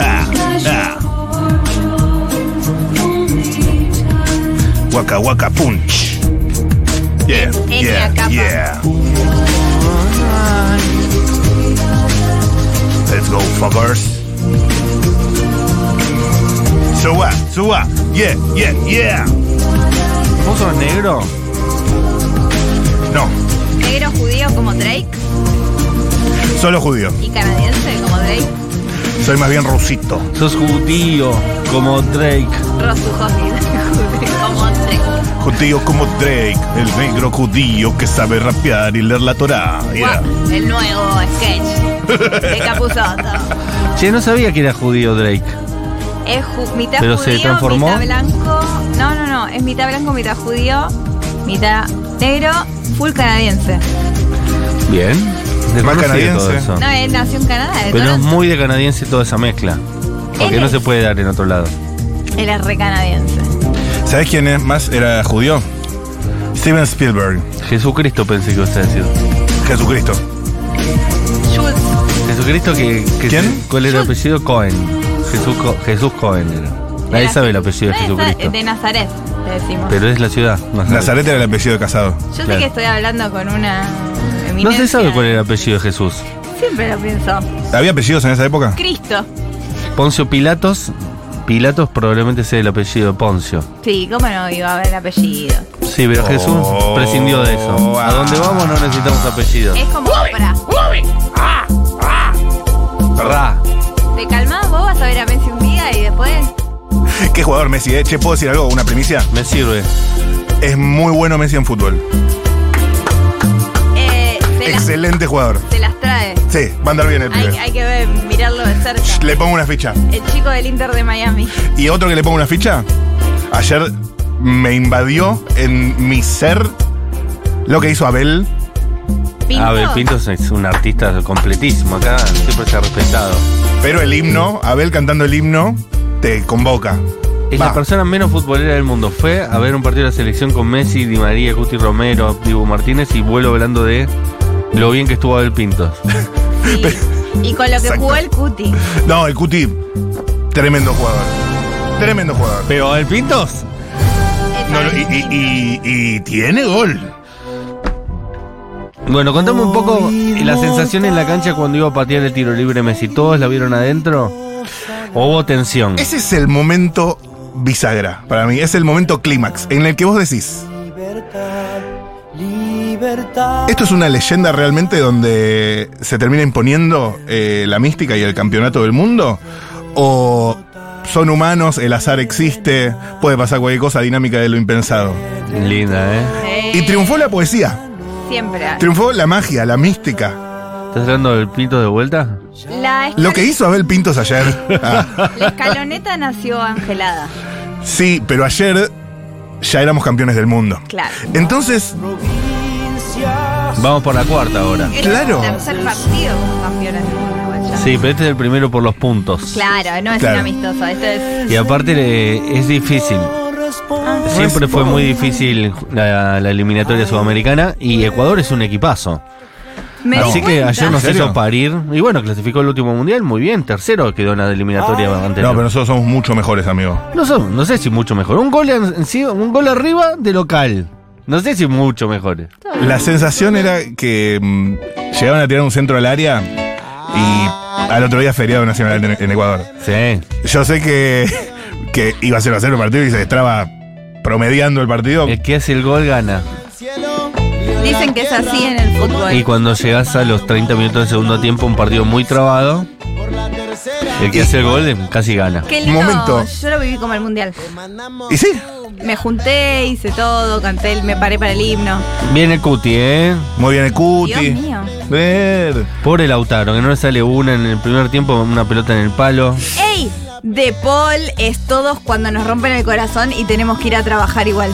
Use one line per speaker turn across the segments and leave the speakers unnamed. Ah, Waka Waka Punch. Yeah,
Etnia
yeah,
Kappa.
yeah. Let's go, fuckers. Suba, suba. Yeah, yeah, yeah.
¿Vos sos negro?
No,
Negro judío como Drake
solo judío.
y canadiense como Drake.
Soy más bien rusito.
¿Sos judío como Drake?
Rosu judío como Drake.
Judío como Drake, el negro judío que sabe rapear y leer la Torah. Yeah.
Guau, El nuevo sketch de Capuzoto.
Che, no sabía que era judío Drake.
Es ju- mitad
Pero se
judío,
transformó.
mitad blanco. No, no, no. Es mitad blanco, mitad judío, mitad negro, full canadiense.
Bien.
Más
Desconocía todo
canadiense.
eso.
No, él nació en Canadá. de
Ah. Pero es
Toronto.
muy de canadiense toda esa mezcla. Porque
Él
no
es-
se puede dar en otro lado.
Él es re canadiense.
¿Sabes quién es más era judío? Steven Spielberg,
Jesucristo pensé que usted decía.
Jesucristo.
Schultz.
Jesucristo que. que
¿Quién?
¿Cuál era el
Yo-
apellido? Cohen. Jesús, Co- Jesús Cohen era. Nadie
Era-
sabe el apellido de
Nadie sabe-
Jesucristo.
De Nazaret, le decimos.
Pero es la ciudad. Nazaret.
Nazaret era el apellido de casado.
Yo sé
claro.
que estoy hablando con una.
No se
eminencia.
sabe cuál era el apellido de Jesús.
Siempre lo pienso.
¿Había apellidos en esa época?
Cristo.
Poncio Pilatos. Pilatos probablemente sea el apellido de Poncio.
Sí, cómo no iba a haber apellido.
Sí, pero Jesús
Oh,
prescindió de eso. A
ah.
donde vamos no necesitamos apellidos.
Es como para.
Ra.
Te calmás, vos vas a ver a Messi un día y después.
¿Qué jugador Messi? eh? Che, ¿puedo decir algo? ¿Una primicia?
Me sirve.
Es muy bueno Messi en fútbol.
Eh, se, las,
Excelente jugador.
se las trae.
Sí, va a andar bien el
Hay,
pibe.
hay que ver, mirarlo de cerca.
Sh, Le pongo una ficha.
El chico del Inter de Miami.
Y otro que le pongo una ficha, ayer me invadió en mi ser lo que hizo Abel.
Pinto.
A ver, Ah, Pinto es un artista completísimo acá. Siempre se ha respetado.
Pero el himno, Abel cantando el himno, te convoca.
Es
Va.
la persona menos futbolera del mundo. Fue a ver un partido de la selección con Messi, Di María, Guti Romero, Dibu Martínez y vuelo hablando de lo bien que estuvo Abel Pintos.
Sí. Y con lo que
Exacto.
jugó el Cuti.
No, el Cuti, tremendo jugador. Tremendo jugador.
¿Pero Abel Pintos?
Esa
No, no,
vez
y, y- y- y tiene gol.
Bueno, contame un poco la sensación en la cancha cuando iba a patear el tiro libre Messi. ¿Todos la vieron adentro? ¿O hubo tensión?
Ese es el momento bisagra para mí. Es el momento clímax en el que vos decís. Esto es una leyenda realmente donde se termina imponiendo eh, la mística y el campeonato del mundo. O son humanos, el azar existe, puede pasar cualquier cosa, dinámica de lo impensado.
Linda, ¿eh?
Y triunfó la poesía,
Siempre.
triunfó la magia, la mística.
¿Estás hablando del Pintos de vuelta?
La, escal-
Lo que hizo Abel Pintos ayer. Ah,
la escaloneta nació angelada.
sí, pero ayer ya éramos campeones del mundo.
Claro.
Entonces,
Vamos por la cuarta ahora.
Es
Claro.
el tercer partido como campeones del mundo, igual ya.
Sí, pero este es el primero por los puntos.
Claro, no es
Claro.
un amistoso. Esto es.
Y aparte eh, es difícil. Siempre fue muy difícil la, la eliminatoria sudamericana y Ecuador es un equipazo.
Me di
Así que
cuenta.
ayer nos
¿En serio?
hizo parir. Y bueno, clasificó el último mundial, muy bien. Tercero quedó en la eliminatoria
No,
anterior.
pero nosotros somos mucho mejores, amigo.
No son- no sé si mucho mejor. Un gol, en- en sí, un gol arriba de local. No sé si mucho mejor.
La sensación era que mm, llegaban a tirar un centro al área y al otro día feriado nacional en, en Ecuador.
Sí.
Yo sé que, que iba a 0 a 0 el partido y se estaba promediando el partido.
El que hace el gol gana.
Dicen que es así en el fútbol.
Y cuando llegas a los 30 minutos del segundo tiempo, un partido muy trabado. El que hace el gol eh, casi gana.
Qué lindo.
Momento.
Yo lo viví como el mundial.
Y sí,
Me junté, hice todo, canté, el- me paré para el himno.
Viene Cuti, ¿eh?
muy bien el cuti.
Dios mío.
Ver.
Pobre Lautaro, que no le sale una en el primer tiempo, una pelota en el palo.
¡Ey! De Paul es todos cuando nos rompen el corazón y tenemos que ir a trabajar igual.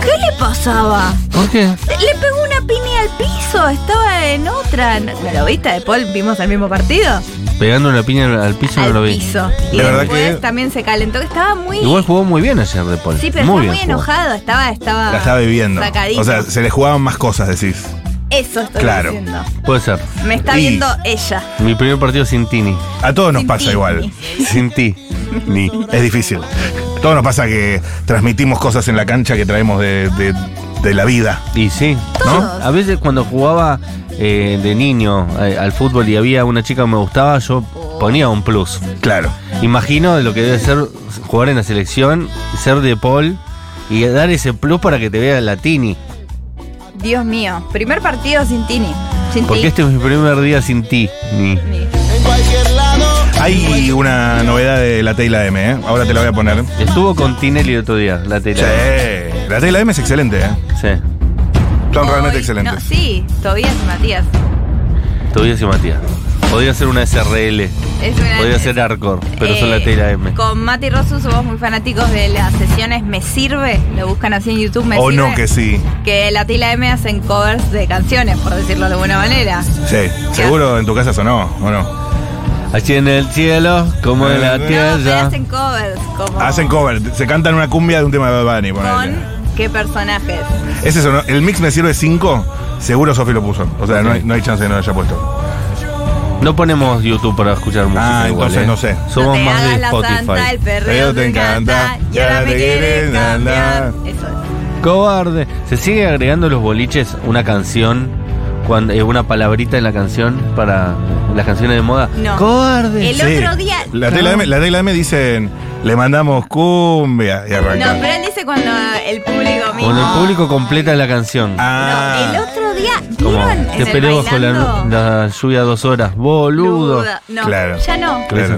¿Qué le pasaba?
¿Por qué?
Le pegó una piña al piso, estaba en otra. ¿Me lo viste de Paul? ¿Vimos el mismo partido?
Pegando la piña al- al piso
al
no lo vi.
piso. Y
La verdad
después
que-
también se calentó, que estaba muy.
Igual jugó muy bien ayer De Paul.
sí, pero estaba
muy
muy
bien jugó.
enojado, estaba, estaba.
La estaba viviendo.
Ah, Sacadito.
O sea, se le jugaban más cosas, decís.
Eso estoy
Claro.
diciendo.
Puede ser.
Me está
Y-
viendo ella.
Mi primer partido sin Tini.
A todos nos
Sin
pasa
ti.
igual.
Sin ti.
Ni. Es difícil. Todo nos pasa que transmitimos cosas en la cancha que traemos de, de- de la vida.
Y sí,
Todos.
¿no? A veces cuando jugaba eh, de niño eh, al fútbol y había una chica que me gustaba, yo ponía un plus.
Claro.
Imagino lo que debe ser jugar en la selección, ser de Paul y dar ese plus para que te vea Latini.
Dios mío. Primer partido sin Tini. Sin ti.
Porque este es mi primer día sin ti. Ni.
Hay una novedad de la Tela M, ¿eh? Ahora te la voy a poner.
Estuvo con Tinelli el otro día, la
Sí.
tela.
La Tela M es excelente, ¿eh?
Sí.
Son realmente
Hoy,
excelentes.
no, sí, Tobías y Matías.
Tobias y Matías. Podría ser una SRL,
Es una-
podría ser Arcor, pero son la
Eh,
tela M.
Con Mati y Rosu somos muy fanáticos de las sesiones Me Sirve. Lo buscan así en YouTube, Me
O
Sirve.
Oh, no que sí.
Que la Tila M hacen covers de canciones, por decirlo de alguna manera.
Sí. Seguro en tu casa sonó, ¿o no?
Allí en el cielo, como en la
No,
No, pero
tierra.
hacen covers. Como
Hacen cover, se cantan una cumbia de un tema de Bad Bunny, ponele.
Con qué personajes.
Ese sonó. El mix me sirve 5, seguro Sofi lo puso. O sea, no hay, no hay chance de no lo haya puesto.
No ponemos YouTube para escuchar música.
Ah,
igual,
entonces
¿eh?
no sé.
no
Somos
te
más de
hagas la santa, el
Spotify.
perreo te encanta. Y ahora me quieren cambiar. Eso es.
Cobarde. Se sigue agregando los boliches una canción, cuando, eh, una palabrita en la canción para las canciones de moda.
No.
Cobarde.
El otro día.
La Tela M, la Tela M dicen, le mandamos cumbia y arranca.
No, pero él dice cuando el público mismo.
Cuando el público completa la canción.
ah,
No, el otro día,
Como
¿vieron? en
te
el
peleo bajo la,
Bailando?
la lluvia dos horas. Boludo.
Luda. No,
Claro.
ya no.
claro.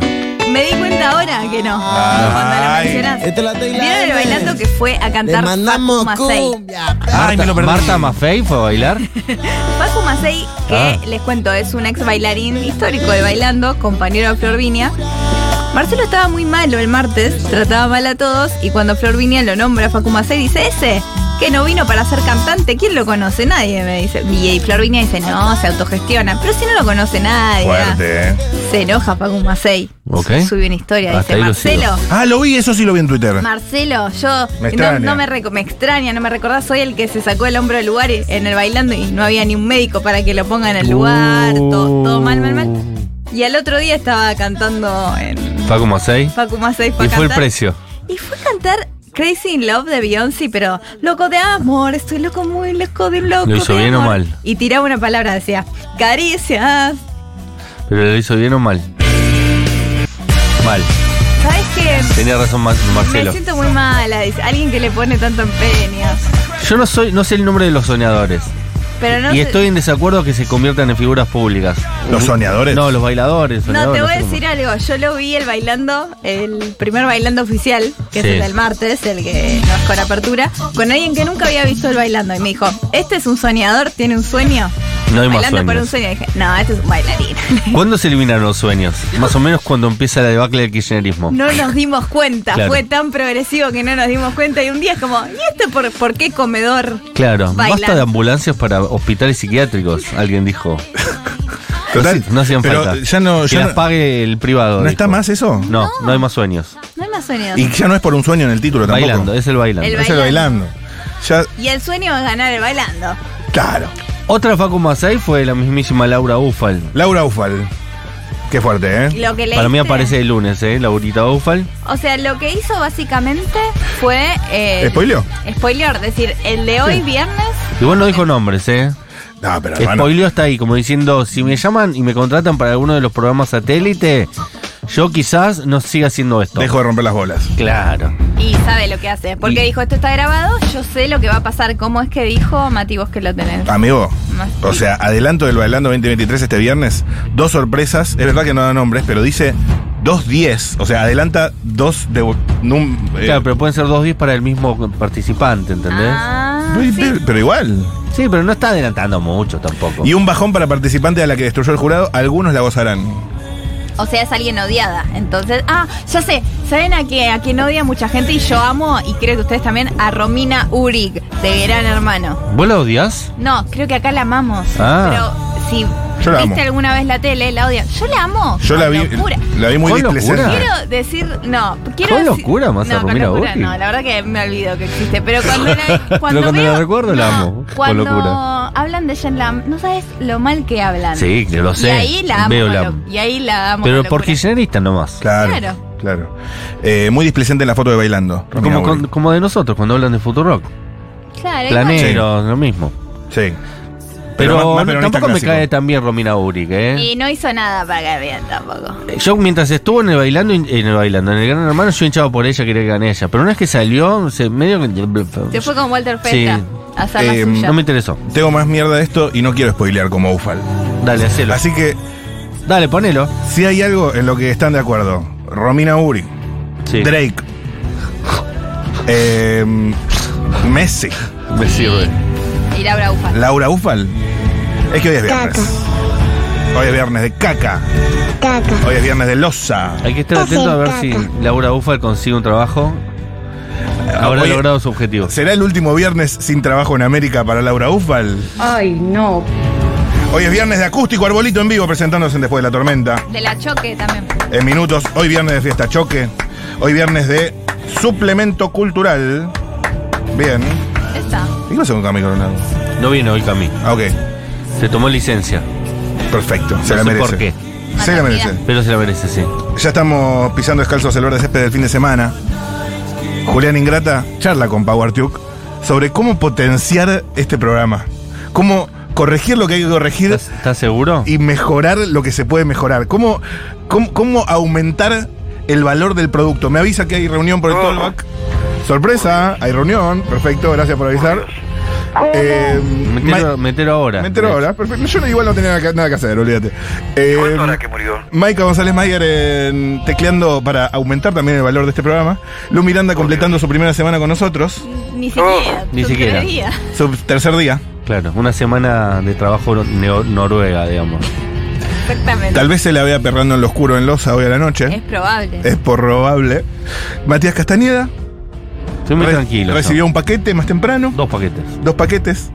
Me di cuenta ahora que no.
Ah.
Cuando lo
Ay.
Esta
mencionaste.
Este es la Tela
¿Vieron el
M.
bailando que fue a
Le
cantar Facu
mandamos
Macei?
cumbia.
Ah,
Ay, me
Marta,
lo perdí.
Marta Maffei fue a bailar.
Facu Macei, que
Ah.
les cuento, es un ex bailarín histórico de bailando, compañero de Flor Viña. Marcelo estaba muy malo el martes, trataba mal a todos y cuando Flor Viña lo nombra a Facu Macei dice, ese, que no vino para ser cantante, ¿quién lo conoce? Nadie, me dice. Y Flor Viña dice, no, se autogestiona, pero si no lo conoce nadie.
Fuerte, ¿eh?
Se enoja Facu Macei.
Ok.
Sube una historia,
Hasta
dice,
ahí lo
Marcelo.
Ah, lo vi, eso sí lo vi en Twitter.
Marcelo, yo
Me
no,
extraña.
no me, reco- me extraña, no me recordás, soy el que se sacó el hombro del lugar y- en el bailando y no había ni un médico para que lo ponga en el lugar, to- todo,
Uh.
mal, mal, mal. Y al otro día estaba cantando en
Facu Maffei.
Facu Macei fue
Y
a
fue el
cantar.
precio.
Y fue a cantar Crazy in Love de Beyoncé, pero loco de amor, estoy loco, muy loco de un loco
¿Lo hizo
de
bien o
amor.
mal?
Y tiraba una palabra, decía, caricias.
Pero lo hizo bien o mal. Mal.
¿Sabes qué?
Tenía razón Mar-
Me
Marcelo.
siento muy mala, dice, alguien que le pone tanto empeño.
Yo no soy, no sé el nombre de los soñadores.
Pero no
y
sé-
estoy en desacuerdo que se conviertan en figuras públicas.
¿Los soñadores?
No, los bailadores.
No, te
soñadores,
voy a
sé
decir algo. Yo lo vi el bailando, el primer bailando oficial, que
Sí.
es el del martes, el que no es con apertura, con alguien que nunca había visto el bailando. Y me dijo, ¿este es un soñador? ¿Tiene un sueño?
cómo. No hay más
bailando por un
sueños.
sueño. Y dije, no, este es un bailarín.
¿Cuándo se eliminaron los sueños? Más o menos cuando empieza la debacle del kirchnerismo.
No nos dimos cuenta.
Claro.
Fue tan progresivo que no nos dimos cuenta. Y un día es como, ¿y este por, por qué comedor?
Claro,
Bailar.
basta de ambulancias para hospitales psiquiátricos, alguien dijo.
Total.
No hacían
pero
falta.
Ya no,
que
ya
las
no-
pague el privado.
¿no
dijo.
está más eso.
No, no, hay más sueños.
No hay más sueños.
Y
Y,
ya no es por un sueño en el título tampoco.
Bailando, es el bailando.
El
Es el bailando. Ya,
el sueño es ganar el bailando.
claro.
Otra Facu Masai fue la mismísima Laura Ufal.
Laura Ufal. Qué fuerte, ¿eh?
Lo que le
Para mí
hice-
aparece el lunes, ¿eh? Laurita Ufal.
O sea, lo que hizo básicamente fue. eh,
¿Spoileo?
Spoiler, es decir, el de hoy viernes.
Igual no dijo nombres, ¿eh?
No, pero hermano.
Spoileo está ahí, como diciendo, si me llaman y me contratan para alguno de los programas satélite, yo quizás no siga haciendo esto.
Dejo de romper las bolas.
Claro.
Y sabe lo que hace. Porque
Y-
dijo, esto está grabado, yo sé lo que va a pasar. ¿Cómo es que dijo Mati, vos que lo tenés?
Amigo,
Más.
o sea, adelanto del Bailando 2023 este viernes, dos sorpresas, es verdad que no da nombres, pero dice 2-10, o sea, adelanta dos de... num- eh,
Claro, pero pueden ser dos días para el mismo participante, ¿entendés?
Ah,
pero-
sí.
pero- pero igual.
Sí, pero no está adelantando mucho tampoco.
Y un bajón para participante a la que destruyó el jurado, algunos la gozarán.
O sea, es alguien odiada. Entonces, ah, ya sé, ¿saben a, qué, a quién odia mucha gente? Y yo amo, y creo que ustedes también, a Romina Urig, de Gran Hermano.
¿Vos la odias?
No, creo que acá la amamos.
Ah.
Pero si
Yo la
viste
amo.
alguna vez la tele, la odian. Yo la amo.
Yo la
con
vi,
locura.
la vi muy
Con locura.
displecente.
Quiero decir, no, quiero
Con
deci-
Ah. locura, Massa
no, con
Romina
locura,
Burri.
no, la verdad que me olvido que existe, pero cuando la, cuando
Pero cuando la
veo-
recuerdo, la
no,
amo, con
Cuando
locura.
hablan de Jen Lam, no sabes lo mal que hablan.
Sí, que lo sé.
Y ahí la amo,
Veo
con
la-
lo- y ahí la amo.
Pero
con
por
locura.
kirchnerista nomás.
Claro.
Claro.
claro. Eh, muy displicente en la foto de bailando. Romina
Como,
Buri.
con- como de nosotros cuando hablan de Futurock.
Claro, hay
Planeros, lo mismo.
Sí.
Pero,
más- más
no-
peronista
tampoco me
clásico.
cae tan bien Romina Uric,
más-
¿eh?
Y no hizo nada para que vean tampoco.
Yo mientras estuvo en el bailando, en el bailando, en el Gran Hermano, yo hinchaba por ella, quería que gane ella. Pero una vez que salió, se medio que-
Se fue con Walter
Sí.
Festa a hacer la
Eh,
suya.
No me interesó.
Tengo más mierda de esto y no quiero spoilear como Ufal.
Dale, hacelo.
Así que,
Dale, ponelo.
si hay algo en lo que están de acuerdo, Romina Uri,
Sí.
Drake, eh, Messi,
Me sirve.
Y Laura Ufa.
Laura Ufal, es que hoy es viernes. Hoy es viernes de caca,
Caca.
hoy es viernes de losa.
Hay que estar atento a ver si Laura Ufal consigue un trabajo. Habrá
Oye,
logrado su objetivo.
¿Será el último viernes sin trabajo en América para Laura Ufal?
Ay, no.
Hoy es viernes de acústico, arbolito en vivo presentándose en Después de la Tormenta.
De la choque también.
en minutos. Hoy viernes de fiesta choque. Hoy viernes de suplemento cultural. Bien.
Esta.
¿Y qué pasó con Cami Coronado?
No vino hoy Cami.
Ah, ok.
Se tomó licencia.
Perfecto. Se
no
la
sé
merece.
por qué.
Se la merece.
Pero se la merece, sí.
Ya estamos pisando descalzos el verde césped del fin de semana. Julián Ingrata charla con Pau Artiuk sobre cómo potenciar este programa. Cómo corregir lo que hay que corregir
¿Estás estás seguro?
y mejorar lo que se puede mejorar. ¿Cómo, cómo, cómo aumentar el valor del producto? Me avisa que hay reunión por el callback. Sorpresa, hay reunión. Perfecto, gracias por avisar. Eh,
Me
Ma-
entero, me entero ahora. Eh,
me entero ahora. Perfecto. Yo no- igual no tenía nada- nada que hacer, olvídate. Eh,
¿Cuánto hará que murió?
Maika González Mayer en- tecleando para aumentar también el valor de este programa. Lu Miranda completando su primera semana con nosotros,
Ni siquiera.
Oh, Ni
tu
siquiera.
primer día.
su tercer día.
Claro, una semana de trabajo neo- noruega, digamos.
Exactamente.
Tal vez se la vea perrando en lo oscuro en losa hoy a la
Es
¿eh?
noche.
probable.
Es probable. Matías Castañeda,
Estoy muy
Re-
tranquilo. yo.
Recibió un paquete más temprano,
dos paquetes.
dos paquetes.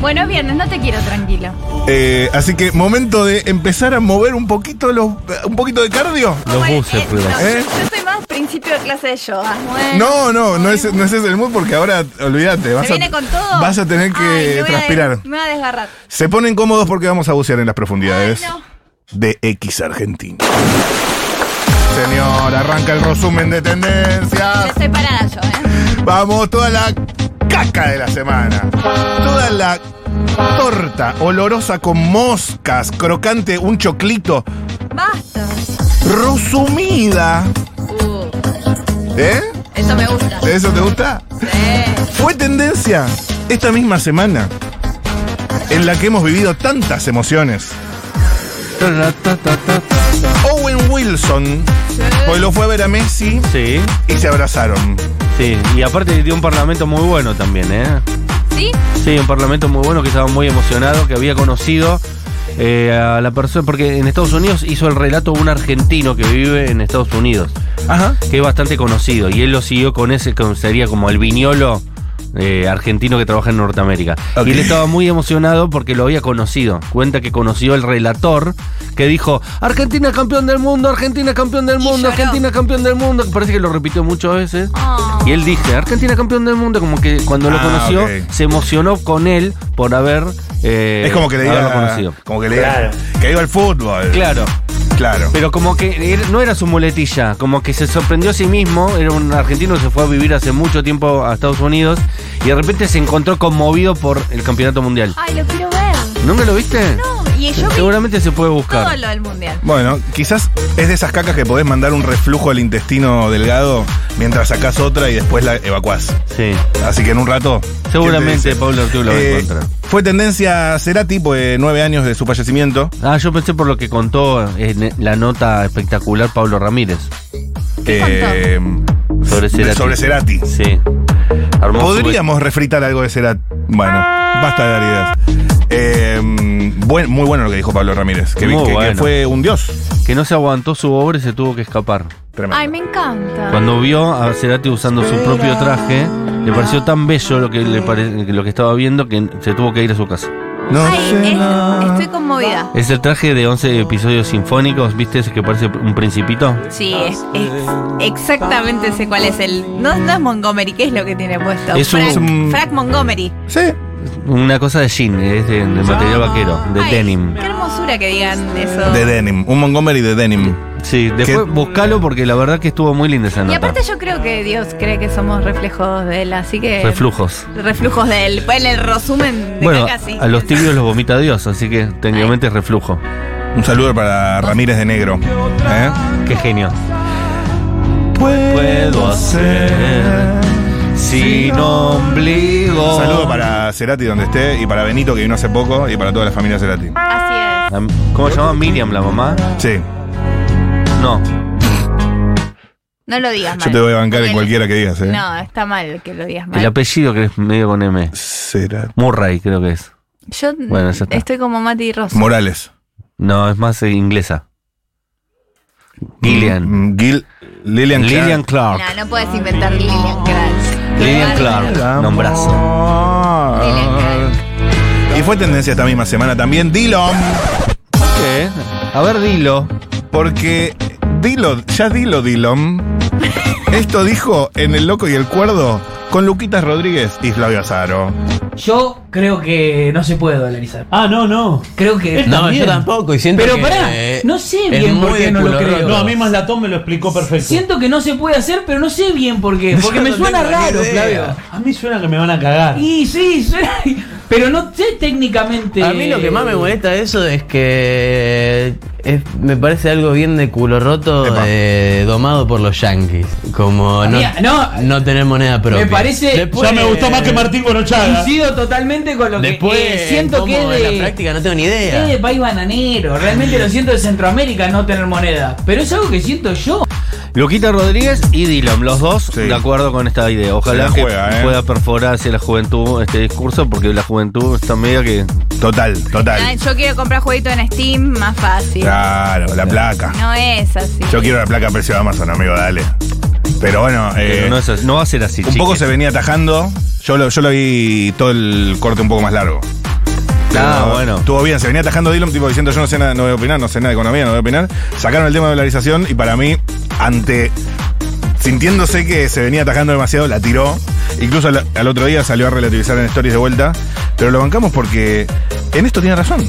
Bueno, es viernes, no te quiero tranquilo.
Eh, así que momento de empezar a mover un poquito los, un poquito de cardio.
Los
Bueno,
buses,
eh,
Frida.
no,
¿Eh?
Yo soy más principio de clase de yoga. Bueno,
No, no, no es, no es ese el mood porque ahora, olvídate, vas,
¿Se viene
a,
con todo?
vas a tener
Ay, me
que
voy a
transpirar.
des- me voy a desgarrar.
Se ponen cómodos porque vamos a bucear en las profundidades
Ay, no.
de X Argentina. Señor, arranca el resumen de
Ya
tendencias.
estoy parada yo, ¿eh?
Vamos, toda la caca de la semana. Toda la torta olorosa con moscas, crocante, un choclito,
Basta.
resumida.
Uh,
¿Eh?
eso me gusta.
¿Eso te gusta?
Eh,
Fue tendencia esta misma semana en la que hemos vivido tantas emociones. Owen Wilson, pues lo fue a ver a Messi
Sí,
y se abrazaron.
sí. Y aparte dio un parlamento muy bueno también, ¿eh?
¿Sí?
Sí, un parlamento muy bueno que estaba muy emocionado, que había conocido eh, a la persona, porque en Estados Unidos hizo el relato un argentino que vive en Estados Unidos,
Ajá.
que es bastante conocido, y él lo siguió con ese, que sería como el viñolo eh, argentino que trabaja en Norteamérica.
Ok.
Y él estaba muy emocionado porque lo había conocido. Cuenta que conoció el relator que dijo, Argentina campeón del mundo, Argentina campeón del
Y
mundo,
lloró.
Argentina campeón del mundo. Parece que lo repitió muchas veces.
Oh.
Y él dice, Argentina campeón del mundo, como que cuando lo
Ah,
conoció,
ok.
se emocionó con él por haber eh,
Es como que le
haberlo
diga,
conocido.
como que le diga, que iba al fútbol.
Claro,
Claro.
pero como que era- no era su muletilla, como que se sorprendió a sí mismo, era un argentino que se fue a vivir hace mucho tiempo a Estados Unidos y de repente se encontró conmovido por el campeonato mundial.
Ay, lo quiero ver.
¿Nunca lo viste?
No, y yo vi
Seguramente se puede
todo
buscar.
lo del mundial.
Bueno, quizás es de esas cacas que podés mandar un reflujo al intestino delgado mientras sacás otra y después la evacuás.
Sí.
Así que en un rato.
Seguramente Eh,
¿quién te dice?
Pablo Artur lo va a encontrar.
Eh, Fue tendencia Cerati, pues nueve años de su fallecimiento.
Ah, yo pensé por lo que contó en la nota espectacular Pablo Ramírez.
Eh,
Sobre
de-
Cerati. pues.
sobre Cerati.
Sí. Armó su-
Podríamos refritar algo de Cerati. Bueno, basta de dar ideas. Eh, buen- muy bueno lo que dijo Pablo Ramírez, que, vi-
Muy
que- que
bueno.
fue un dios.
que no se aguantó su obra y se tuvo que escapar.
Tremendo.
Ay, me encanta.
Cuando vio a Cerati usando su propio traje, le pareció tan bello lo que, le pare- lo que estaba viendo que se tuvo que ir a su casa.
No
Ay,
sé
es-
nada.
estoy conmovida.
Es el traje de 11 episodios sinfónicos, ¿viste ese que parece un principito?
Sí, es, es- exactamente sé cuál es el. No, no es Montgomery, ¿qué es lo que tiene puesto?
Es un-
Frank,
es un-
Frank Montgomery.
Sí.
Una cosa de jean, es de, de material vaquero, de
Ay,
denim.
Qué hermosura que digan eso.
De denim. Un Montgomery de denim.
Sí, después buscalo porque la verdad que estuvo muy linda esa
y
nota.
aparte yo creo que Dios cree que somos reflejos de él, así que...
Reflujos.
Reflujos de él. Pues en el resumen eh, de
Bueno,
caca, sí.
a los tibios los vomita Dios, así que técnicamente es reflujo.
Un saludo para Ramírez de Negro. ¿eh?
Qué genio. Puedo hacer sin ombligo.
Saludo para Cerati donde esté y para Benito que vino hace poco y para toda la familia Cerati.
Así
La- ¿Cómo se llama Miriam, la mamá?
Sí,
No.
es. No lo digas mal.
yo te voy a bancar en
Porque-
cualquiera que digas, ¿eh?
No, está mal que lo digas
El
mal.
apellido que es medio con M.
Cerati.
Murray, creo que es.
Yo
Bueno, ya está.
estoy como Mati Rosa.
Morales.
No, es más eh, inglesa. Gillian.
Mm, Gil, Lilian Clark.
Lillian Clark.
No, no puedes inventar Lillian Clark.
Lillian
Claro.
Clark. Nombrazo.
Lilian Clark.
Y fue tendencia esta misma semana también Dylan,
¿Qué? A ver, dilo.
porque Dilo, ya dilo Dylan. Esto dijo en El Loco y el Cuerdo con Luquitas Rodríguez y Flavio Azaro.
Yo creo que no se puede dolarizar.
Ah, no, no.
Creo que.
No, yo tampoco. Y siento
Pero
que,
pará,
eh,
no sé
es
bien
muy
por qué
de
no lo
culo
creo.
roto.
No, a mí Maslatón me lo explicó perfecto.
Siento que no se puede hacer, pero no sé bien por qué. Porque
Yo
me
no
suena
tengo ni
raro,
idea.
Flavio.
A mí suena que me van a cagar.
Y sí, suena. Pero no sé técnicamente.
A mí lo que más me molesta de eso es que es- me parece algo bien de culo roto,
Epa.
eh, domado por los yankees. Como no,
Mira, no.
no tener moneda propia.
parece-
ya me gustó más que Martín Gorochaga.
Coincido totalmente con lo
Después,
que eh, siento que es
¿cómo
de, eh,
en la práctica no tengo ni idea.
es de país bananero. Realmente lo siento de Centroamérica no tener moneda. Pero es algo que siento yo.
Luquita Rodríguez y Dylan, los dos
Sí.
de acuerdo con esta idea. Ojalá
Se la juega,
que
eh.
pueda perforar hacia la juventud este discurso, porque la juventud está media
Eh.
que.
Total,
Ah,
total.
Yo quiero comprar jueguito en Steam más fácil.
Claro, la placa.
No es así.
Yo quiero la placa a precio de Amazon, amigo, dale. Pero bueno, eh,
Pero no, es así- no va a ser así.
un poco
chiques.
se venía atajando. Yo lo, yo lo vi todo el corte un poco más largo.
Ah,
Pero
bueno.
Estuvo bien, se venía atajando Dillon, tipo diciendo yo no sé nada, no voy a opinar, no sé nada de economía, no voy a opinar. Sacaron el tema de dolarización y para mí, ante. sintiéndose que se venía atajando demasiado, la tiró. Incluso al, al otro día salió a relativizar en stories de vuelta. Pero lo bancamos porque en esto tiene razón.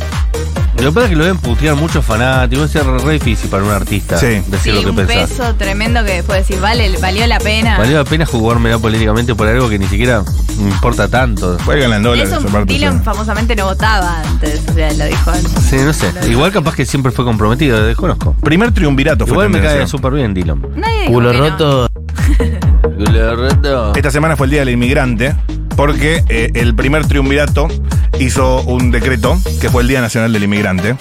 Lo que pasa es que lo deben putear muchos fanáticos. Es re difícil para un artista
Sí.
Sí,
decir lo que
un
pensás.
peso tremendo que después decir, vale, valió la pena.
Valió la pena jugármela políticamente por algo que ni siquiera me importa tanto.
Juegan en dólares,
Eso,
aparte,
Dylan
sí.
famosamente no votaba antes, o sea, lo dijo. en-
Sí, no sé. Igual capaz que siempre fue comprometido, eh, desconozco.
Primer triunvirato fue
Igual me
tendencia.
cae súper bien Dylan.
Nadie dijo
Culo
que no.
roto.
Esta semana fue el Día del Inmigrante porque eh, el primer triunvirato hizo un decreto que fue el Día Nacional del Inmigrante.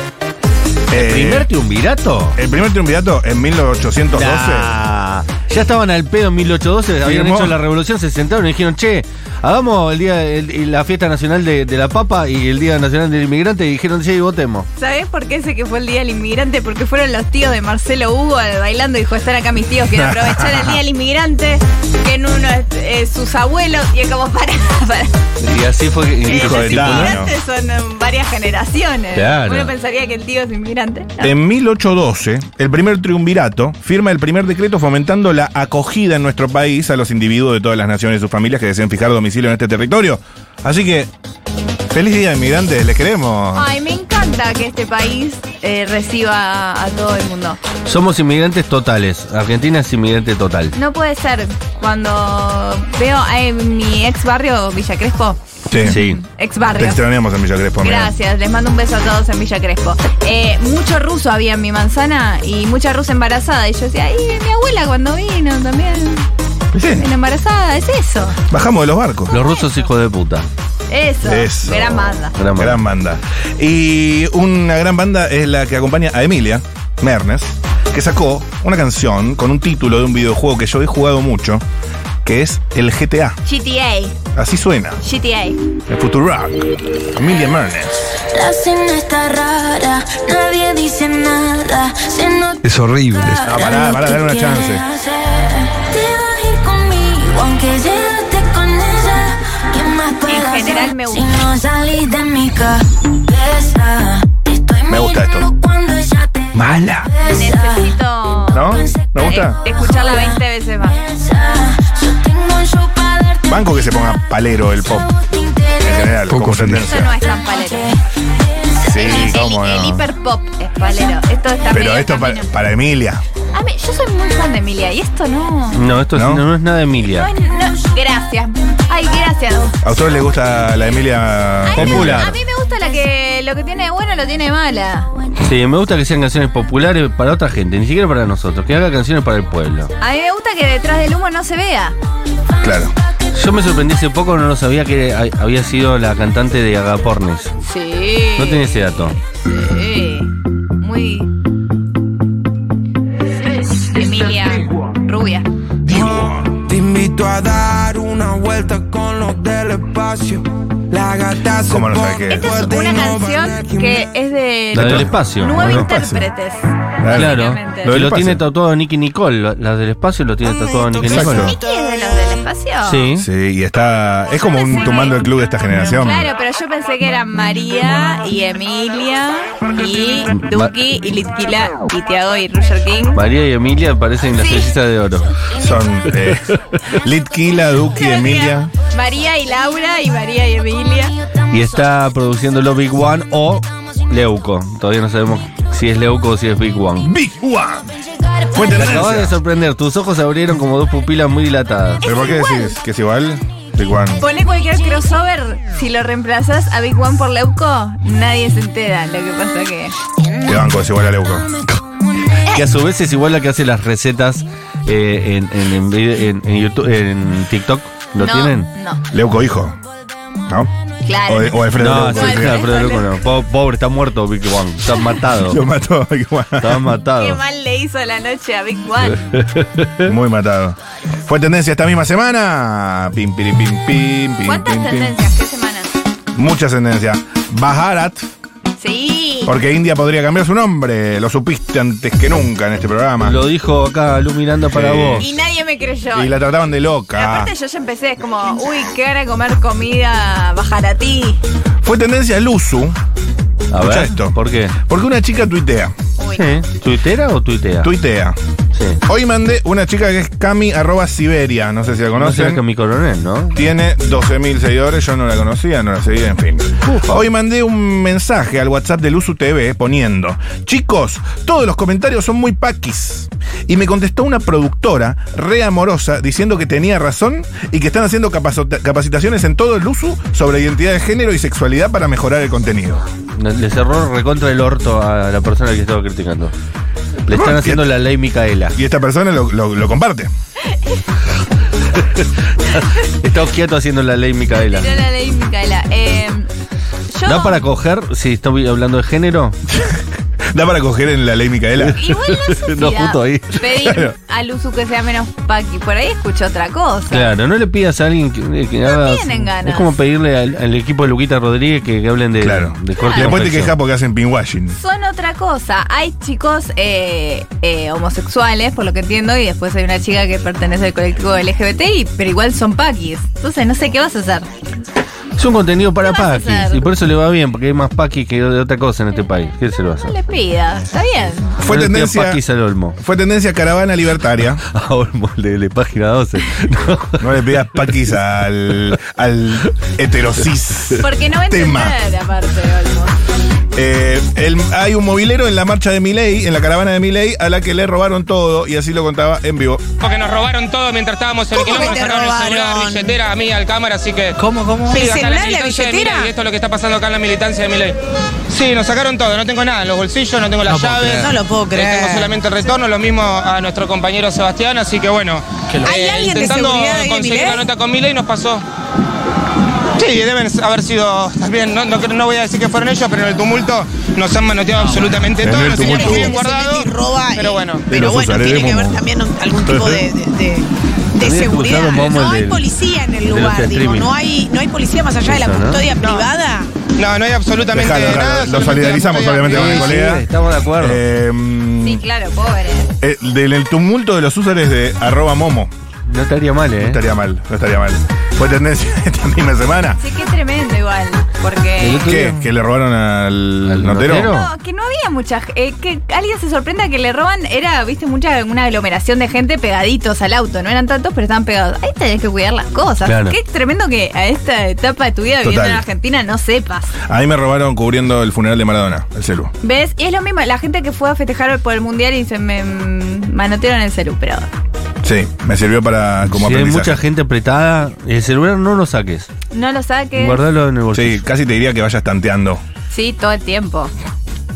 Eh,
¿Primer triunvirato?
el primer triunvirato en 1812.
Nah. Ya estaban al pedo en 1812, habían
Firmó.
hecho la revolución, se sentaron y dijeron, che, hagamos el día el- la fiesta nacional de, de la papa y el día nacional del inmigrante y dijeron, che, votemos.
¿Sabés por qué sé que fue el Día del Inmigrante? Porque fueron los tíos de Marcelo Hugo al- bailando y dijo, están acá mis tíos, quiero aprovechar el Día del Inmigrante, que en uno es eh, sus abuelos, y acabamos para... para eh,
Y así fue que...
Hijo
los
de Tano.
inmigrantes son eh, varias generaciones.
Claro.
Uno pensaría que el tío es inmigrante. No.
En 1812, el primer triunvirato firma el primer decreto fomentando la acogida en nuestro país a los individuos de todas las naciones y sus familias que deseen fijar domicilio en este territorio. Así que, feliz Día de Inmigrantes, les queremos.
Ay, me encanta que este país eh, reciba a, a todo el mundo.
Somos inmigrantes totales, Argentina es inmigrante total.
No puede ser. Cuando veo a mi ex barrio, Villa Crespo.
Sí.
Sí.
Ex
Te
barrio.
extrañamos en Villa Crespo, amigo.
Gracias, les mando un beso a todos en Villa Crespo. Eh, mucho ruso había en mi manzana y mucha rusa embarazada. Y yo decía, ay, mi abuela cuando vino también
Sí,
vino embarazada, es eso.
bajamos de los barcos.
Los rusos hijos de puta.
Eso.
Eso.
Gran banda.
Gran banda.
Gran banda. Y una gran banda es la que acompaña a Emilia Mernes, que sacó una canción con un título de un videojuego que yo he jugado mucho, que es el GTA.
GTA,
Así suena,
GTA.
el Futurock. Emilia Mernes.
La cena está rara, nadie dice nada. es horrible.
No, pará, pará, dale una chance.
Te vas a ir conmigo, aunque llegaste con ella. ¿Qué más puedo hacer
general me gusta.
Si no salís de mi cabeza, Te estoy
Me gusta esto.
mirando cuando ella te
Mala.
besa.
Necesito
¿No? ¿Me gusta?
eh, escucharla 20 veces más.
Yo tengo un show pa' darte
Banco que se ponga palero el pop.
un
En general,
Poco
como
feliz.
Esto
tendencia.
no es tan palero.
Sí,
el,
cómo
el,
no.
el hiperpop es palero. Esto está
Pero
medio
esto pa-
camino.
para Emilia.
A mí- yo soy muy fan de Emilia y esto no.
No, esto sí,
¿No?
no, no es nada de
No,
Emilia.
es- no- gracias. Ay, gracias.
¿A ustedes les gusta la Emilia
Ay, me-
Popular.
a mí me gusta la que lo que tiene de bueno lo tiene de mala.
Sí, me gusta que sean canciones populares para otra gente, ni siquiera para nosotros, que haga canciones para el pueblo.
A mí me gusta que detrás del humo no se vea.
Claro.
Yo me sorprendí hace poco, no lo sabía que ha- había sido la cantante de Agapornis.
Sí.
No tenía ese dato.
Sí. Muy. Emilia Rubia.
Te invito a dar una vuelta con los del espacio. La gata se
¿Cómo no sabe
pone
qué
Esta es
fuerte y
una
no
canción
baila.
que es de
La del
Esto-
espacio.
nueve
no, no pasa.
intérpretes.
Claro.
Básicamente.
Lo,
del
lo
espacio.
tiene tatuado Nicky Nicole. lo- La del espacio lo
Ah,
tiene tatuado Nicky
Exacto.
Nicole.
¿Nicky es de los del espacio?
Sí.
Sí, y está. Es como un tomando el club de esta generación.
Claro, pero yo pensé que eran María y Emilia y Duki y Litquila y Tiago y Roger King.
María y Emilia parecen las
Sí.
estrellitas de oro.
Son eh, Litquila, Duki, Emilia.
María y Laura y María y Emilia.
Y está produciendo lo Big One o Leuco. Todavía no sabemos si es Leuco o si es Big One.
Big One. Fuente de
Acabas de
herencia.
sorprender, tus ojos se abrieron como dos pupilas muy dilatadas.
¿Pero por qué decís que es igual? Big One.
Pone cualquier crossover. Si lo reemplazas a Big One por Leuco, nadie se entera. Lo que pasa que.
Te banco, es igual a Leuco.
Que a su vez es igual la que hace las recetas eh, en, en- en vide- en- en YouTube, en TikTok. ¿Lo
no,
tienen?
No,
Leuco, hijo. ¿No?
claro.
O, de- o Alfredo
No,
Leuco.
sí,
el que-
claro, pero loco no. Po- Pobre, está muerto Big One. Está
Lo
matado.
mató Big One.
Está
Qué
matado.
mal le hizo la noche a Big One.
Muy matado. Fue tendencia esta misma semana. Pim, pim, pim, pim, pim,
¿Cuántas
pim, pim.
tendencias? ¿Qué semana?
Muchas tendencias. Baharat,
Sí.
porque India podría cambiar su nombre. Lo supiste antes que nunca en este programa.
Lo dijo acá Lu Miranda para
Sí.
vos.
Y nadie me creyó.
Y la trataban de
Y
Ah.
loca.
aparte yo ya empecé, es como, uy, qué hora comer comida bajaratí.
Fue tendencia el uso,
A
Escucha
ver,
esto.
¿por qué?
porque una chica tuitea.
Uy,
¿Eh? ¿Tuitera o tuitea?
Tuitea.
Sí.
Hoy mandé una chica que es Cami arroba Siberia. No sé si la
No será
conocen.
que mi coronel, ¿no?
Tiene 12.000 seguidores, yo no la conocía, no la seguía, en fin. Hoy mandé un mensaje al WhatsApp de Luzu TV poniendo, chicos, todos los comentarios son muy paquis. Y me contestó una productora re amorosa diciendo que tenía razón y que están haciendo capacita- capacitaciones en todo el Luzu sobre identidad de género y sexualidad para mejorar el contenido.
Le cerró recontra el orto a la persona que estaba criticando. Le están
Rompie-
haciendo la ley Micaela.
Y esta persona lo, lo- lo comparte.
Está quieto haciendo la ley Micaela.
tiró la ley, Micaela. Eh, yo,
¿Da para coger si estoy hablando de género?
Da para coger en la ley Micaela.
Igual no sé si
No,
da
justo ahí.
pedir a Luzu que sea menos paqui. Por ahí escucho otra cosa.
Claro, no le pidas a alguien que, que
No
haga-
tienen ganas.
Es como pedirle al, al equipo de Luquita Rodríguez que, que hablen de,
Claro.
eh, de corte y
Después te
confección.
quejas porque hacen pinwashing.
Son otra cosa. Hay chicos eh, eh, homosexuales, por lo que entiendo, y después hay una chica que pertenece al colectivo LGBT, y- pero igual son paquis. Entonces no sé qué vas a hacer.
Es un contenido para
¿Qué vas a
Paquis
hacer?
y por eso le va bien, porque hay más Paquis que de otra cosa en este país. ¿Qué se lo va a
No
hacer?
le pida. Está bien.
Fue
No le pidas
tendencia,
Paquis al Olmo.
fue tendencia caravana libertaria.
A Olmo, el de, de página 12. No.
No le pidas paquis al, al heterosis.
Porque no va a
Tema.
entender, aparte, Olmo.
Eh, el- hay un movilero en la marcha de Miley, en la caravana de Miley, a la que le robaron todo, y así lo contaba en vivo.
Porque nos robaron todo mientras estábamos en el
¿Cómo
quilombo,
que te
nos sacaron el celular,
robaron?
billetera, a mí, al cámara, así que...
¿Cómo, cómo?
Sí,
¿El
acá
celular y la
militancia de
billetera?
Milei, y esto es lo que está pasando acá en la militancia de Milei. Sí, nos sacaron todo, no tengo nada en los bolsillos, no tengo las llaves.
creer. No lo puedo
eh,
creer.
tengo solamente el retorno, lo mismo a nuestro compañero Sebastián, así que bueno. eh,
¿Hay alguien de
intentando
seguridad ahí de
conseguir
Milei?
la nota con Milei nos pasó. Sí, deben haber sido también, no, no, creo- no voy a decir que fueron ellos, pero en el tumulto nos han manoteado absolutamente
En
todo,
el
nos teníamos
tumulto.
bien guardados,
y roba,
pero
eh,
bueno.
Pero bueno, tiene que ver también algún tipo de.
De seguridad. No hay policía en el lugar, digo, no hay, policía más allá de la custodia.
No, no hay absolutamente
Dejalo, dejalo,
nada.
lo
solamente
solidarizamos,
estoy
obviamente,
acá.
con el colega. Colega. Eh,
estamos de acuerdo.
Sí, claro, pobre.
el tumulto de los usuarios de arroba momo.
no estaría mal,
No
¿eh?
estaría mal, no estaría mal. Fue tendencia esta misma semana.
Sí, qué tremendo igual. porque...
¿Qué? ¿Que le robaron al,
¿Al
notero?
notero?
No, que no había mucha g- eh, que alguien se sorprenda que le roban, era, viste, mucha una aglomeración de gente pegaditos al auto, no eran tantos, pero estaban pegados. Ahí tenés que cuidar las cosas.
Claro.
Qué tremendo que a esta etapa de tu vida viviendo
Total.
en Argentina no sepas.
A mí me robaron cubriendo el funeral de Maradona, el celu.
¿Ves? Y es lo mismo, la gente que fue a festejar por el mundial y se me mm, manotearon el celu, pero
Sí, me sirvió para como
si hay
aprendizaje.
mucha gente apretada, el celular no lo saques.
no lo saques.
Guardalo en el bolsillo.
Sí, casi te diría que vayas tanteando.
Sí, todo el tiempo.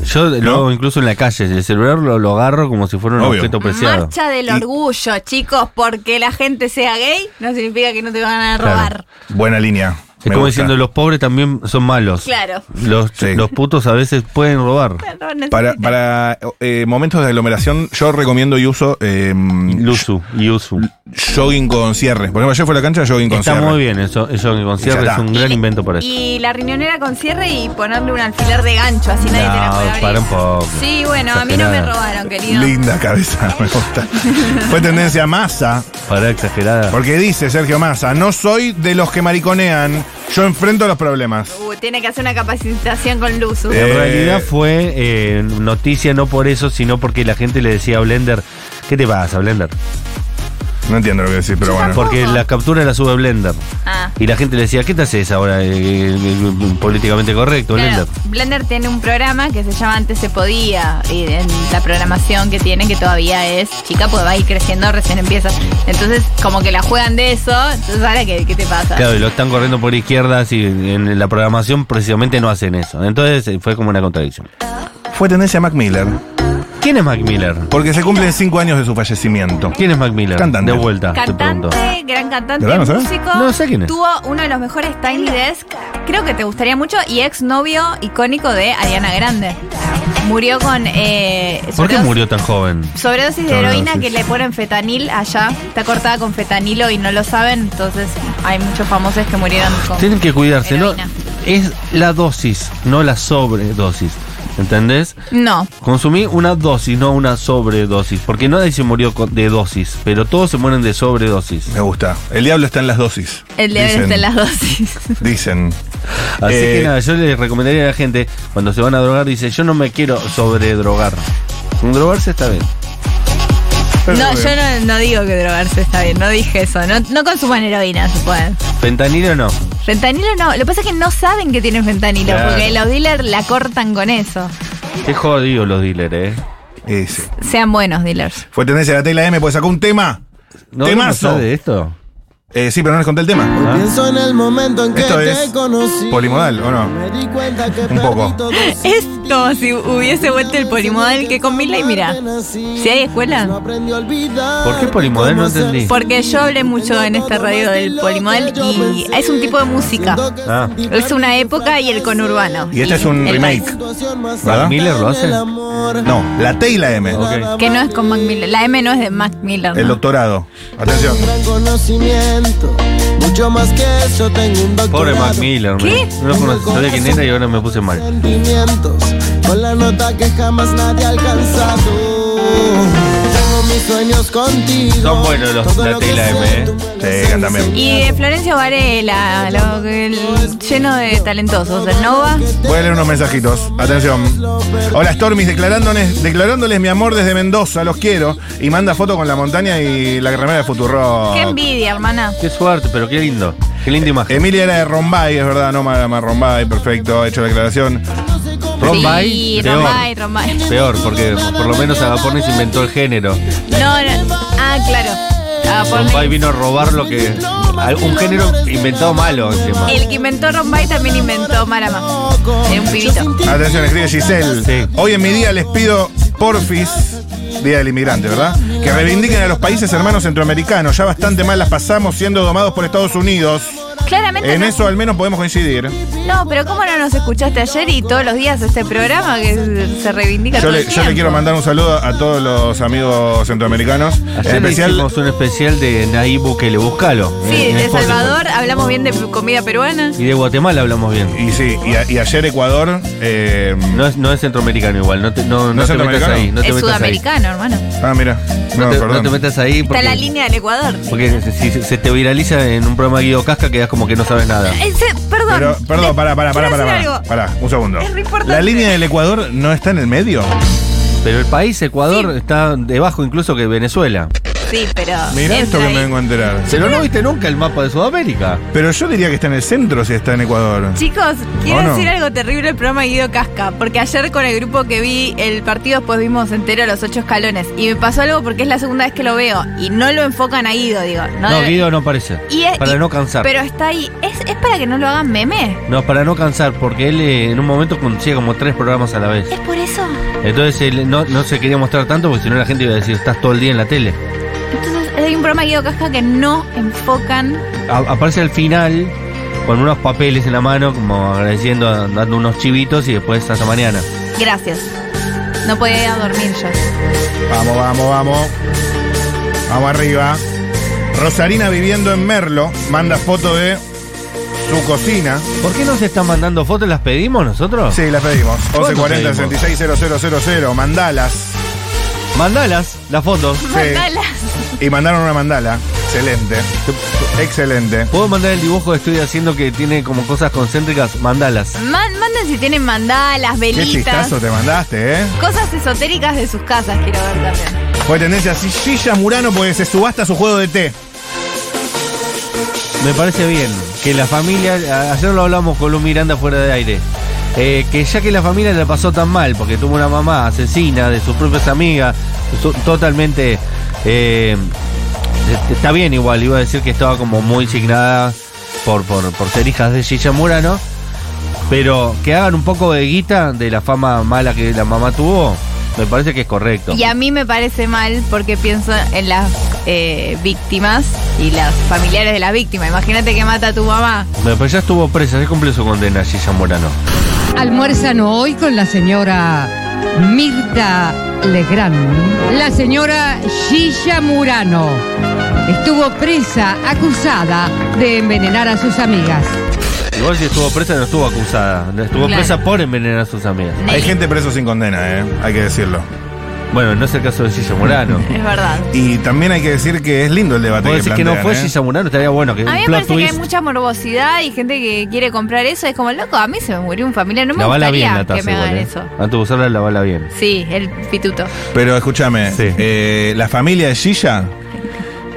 Yo lo
¿No?
hago incluso en la calle. El celular lo, lo agarro como si fuera un
Obvio.
objeto preciado.
Marcha del
Y-
orgullo, chicos, porque la gente sea gay no significa que no te van a
Claro.
robar.
Buena línea.
Es
me
como
gusta.
diciendo, los pobres también son malos.
Claro.
Los,
Sí.
los putos a veces pueden robar.
No necesitas.
Para, para eh, momentos de aglomeración, yo recomiendo y uso eh,
Luzu, Yuzu.
jogging con cierre. Por ejemplo, ayer fue a la cancha jogging con
Está
cierre.
muy bien eso, eso que con cierre
Ya
es
está.
un gran invento para eso.
Y la riñonera con cierre y ponerle un alfiler de gancho, así nadie te la
No,
puede abrir.
para un poco.
Sí, bueno, a mí no me
Exagerada.
robaron, querido.
Linda cabeza, me gusta. Fue tendencia masa,
Para exagerada.
porque dice Sergio Massa, no soy de los que mariconean, yo enfrento los problemas.
Uh, tiene que hacer una capacitación con Luzu.
Eh,
En realidad fue eh, noticia no por eso, sino porque la gente le decía a Blender, ¿qué te pasa, Blender?
No entiendo lo que decís, pero bueno.
Porque la captura la sube Blender.
Ah.
Y la gente le decía, ¿qué te haces ahora eh, eh, políticamente correcto,
Claro,
Blender?
Blender tiene un programa que se llama Antes se podía y en la programación que tienen que todavía es chica pues va a ir creciendo recién empieza entonces como que la juegan de eso entonces ahora qué, qué te pasa
Claro, y lo están corriendo por izquierdas y en la programación precisamente no hacen eso. Entonces eh, fue como una contradicción.
Fue tendencia Mac Miller,
¿Quién es Mac Miller?
porque se cumplen cinco años de su fallecimiento.
¿Quién es Mac Miller?
Cantante.
De vuelta, te pregunto.
Cantante, gran cantante,
¿De verdad no sabes?
músico.
No sé quién es.
Tuvo uno de los mejores Tiny Desk. Creo que te gustaría mucho. Y ex novio icónico de Ariana Grande. Murió con. Eh,
¿Por qué
sobredosis-
murió tan joven?
Sobredosis de
Sobredosis.
heroína que le ponen fetanil allá. Está cortada con fetanilo y no lo saben. Entonces hay muchos famosos que murieron con.
Tienen que cuidarse, ¿no?
heroína.
Es la dosis, no la sobredosis. ¿Entendés?
No.
Consumí una dosis, no una sobredosis. Porque nadie se murió con- de dosis, pero todos se mueren de sobredosis.
Me gusta. El diablo está en las dosis.
El de
dicen,
está en las dosis.
Dicen.
Así
Eh,
que nada, yo les recomendaría a la gente, cuando se van a drogar, dice, yo no me quiero sobredrogar. Con drogarse está bien.
Pero
No,
bueno.
yo no, no digo que drogarse está bien. No dije eso. No, no consuman heroína, si pueden.
Fentanilo no.
Fentanilo no, lo que pasa es que no saben que tienen fentanilo,
Claro.
porque los dealers la cortan con eso.
Qué jodido los dealers, eh.
Eh, sí.
Sean buenos dealers.
Fue tendencia de la tela M, pues sacó un tema.
¿No
Temazo.
hablamos de esto? ¿Ah?
Eh, sí, pero no les conté el tema.
Pienso en el momento en que
Esto es
te conocí.
Polimodal, ¿o no?
Me di cuenta que
Un poco.
perdí todo si
Es como si hubiese vuelto el polimodal que con Mila y mira,
nací.
si hay
No
escuela.
aprendí a olvidar.
¿Por qué polimodal? No
cómo ser
entendí.
Porque yo hablé mucho en esta radio del polimodal y es un tipo de música.
Ah.
Es una época y el conurbano.
Y este es un
el
remake,
país.
situación más
¿verdad?
¿Miller lo hace?
No, la T y la M.
Ok.
Que no es con Mac Miller. La M no es de Mac Miller.
El
¿no?
doctorado. Atención.
gran conocimiento. Mucho más que eso tengo un doctorado.
Pobre Mac Miller,
¿Qué?
man. No lo conocí, sabía quién era y ahora me puse mal.
Sentimientos con la nota que jamás nadie ha alcanzado. Tengo mis sueños contigo.
Son buenos los-
Todo
la
lo que
tela
sé,
M, eh.
tú me
Sí,
has
cantan bien.
Y de Florencio Varela, lo que- el- lleno de talentosos. El Nova.
Voy a leer unos mensajitos. Atención. Hola Stormis, declarándoles, declarándoles mi amor desde Mendoza, los quiero. Y manda foto con la montaña y la remera de Futuro.
Qué envidia, hermana.
Qué suerte, pero qué lindo. Qué linda imagen.
Emilia era de Rombay, es verdad, no Mara Mar Rombay, perfecto, ha hecho la declaración.
Rombay,
Sí,
peor.
Rombay, Rombay.
Peor, porque por lo menos Agapornis inventó el género.
No, no. Ah, claro. Ah, por mí.
Rombay vino a robar lo que. al- Un género inventado malo encima.
El que inventó Rombay también inventó Marama. Era un pibito.
Atención, escribe Giselle.
Sí.
Hoy en mi día les pido porfis, Día del Inmigrante, ¿verdad? Que reivindiquen a los países hermanos centroamericanos. Ya bastante mal las pasamos siendo domados por Estados Unidos.
Claramente.
En
no,
eso al menos podemos coincidir.
no, pero ¿cómo no nos escuchaste ayer y todos los días este programa que se- se reivindica?
Yo
todo
le,
el
yo le
tiempo?
quiero mandar un saludo a todos los amigos centroamericanos.
Ayer
En especial,
hicimos un especial de Nayib Bukele, buscalo.
Sí,
en- en
de
Spotify.
Salvador hablamos bien de comida peruana.
Y de Guatemala hablamos bien.
y sí, y, a- y ayer Ecuador. eh,
No es, no es centroamericano igual, no te, no,
¿No
no
es
te metas
centroamericano?
ahí. No te
es
metas ahí.
sudamericano, hermano.
ah, mira.
No,
No,
te, no
perdón.
te metas ahí
Está
porque,
la línea del Ecuador.
porque si se, se te viraliza en un programa de Guido Casca quedas como que no sabes nada.
Eh, se- perdón.
Pero, perdón,
Le-
pará, pará, pará,
quiero
pará,
decir
pará,
algo.
pará, un segundo.
Es re importante.
¿La línea del Ecuador no está en el medio?
Pero el país, Ecuador, está debajo incluso que Venezuela.
Sí, pero. entra
Mirá esto que
ahí.
me vengo a enterar.
Pero no viste nunca el mapa de Sudamérica.
Pero yo diría que está en el centro si está en Ecuador.
Chicos, quiero
¿O no?
decir algo terrible al programa de Guido Casca, porque ayer con el grupo que vi el partido después vimos entero los ocho escalones y me pasó algo porque es la segunda vez que lo veo y no lo enfocan a Guido, digo. No,
No,
debe-
Guido no aparece.
Y es-
Para
y-
no cansar.
Pero está ahí. ¿Es, es para que no lo hagan meme?
No, para no cansar, porque él eh, en un momento conducía como tres programas a la vez.
¿Es por eso?
Entonces él no, no se quería mostrar tanto porque si no la gente iba a decir, estás todo el día en la tele.
Entonces hay un programa de Guido Casca que no enfocan.
A- aparece al final con unos papeles en la mano, como agradeciendo, dando unos chivitos y después hasta mañana.
Gracias. No podía ir a dormir yo.
Vamos, vamos, vamos. Vamos arriba. Rosarina viviendo en Merlo manda foto de su cocina.
¿Por qué no se están mandando fotos? ¿Las pedimos nosotros?
Sí, las pedimos.
¿Cuánto
1140
pedimos?
660000. Mandalas.
Mandalas, las fotos.
Mandala.
Y mandaron una mandala. Excelente. Excelente.
¿Puedo mandar el dibujo que estoy haciendo que tiene como cosas concéntricas? Mandalas.
Man- manden si tienen mandalas,
Qué
velitas.
chistazo te mandaste, ¿eh?
Cosas esotéricas de sus casas quiero ver también.
Fue tendencia a Silla Murano porque se subasta su juego de té.
Me parece bien que la familia, a- ayer lo hablamos con Lu Miranda fuera de aire, eh, que ya que la familia la pasó tan mal, porque tuvo una mamá asesina de sus propias amigas, su- totalmente... eh, est- está bien igual, iba a decir que estaba como muy signada por, por, por ser hijas de Gilla Murano, pero que hagan un poco de guita de la fama mala que la mamá tuvo, me parece que es correcto.
Y a mí me parece mal porque pienso en las eh, víctimas y las familiares de las víctimas. Imagínate que mata a tu mamá.
Bueno, Pero pues ya estuvo presa, ya cumplió su condena Gilla Murano.
Almuerzan hoy con la señora Mirta Legrand. La señora Gilla Murano estuvo presa, acusada de envenenar a sus amigas.
Igual si estuvo presa no estuvo acusada. Estuvo
Claro.
presa por envenenar a sus amigas.
Hay gente preso sin condena, ¿eh? Hay que decirlo.
Bueno, no es el caso de Gilla Murano.
Es verdad.
Y también hay que decir que es lindo el debate
Puedo
que
decir que no
plantean,
fue
¿eh?
Gilla Murano, estaría bueno que
A mí
un
me
plot
parece que
twist.
hay mucha morbosidad y gente que quiere comprar eso. Es como, loco, a mí se me murió un familiar. No me
la bala bien
gustaría
la
que
taza
me
igual,
hagan
¿eh?
eso.
Antes de usarla la bala bien.
Sí, el pituto.
Pero escúchame,
Sí.
eh, la familia de Gilla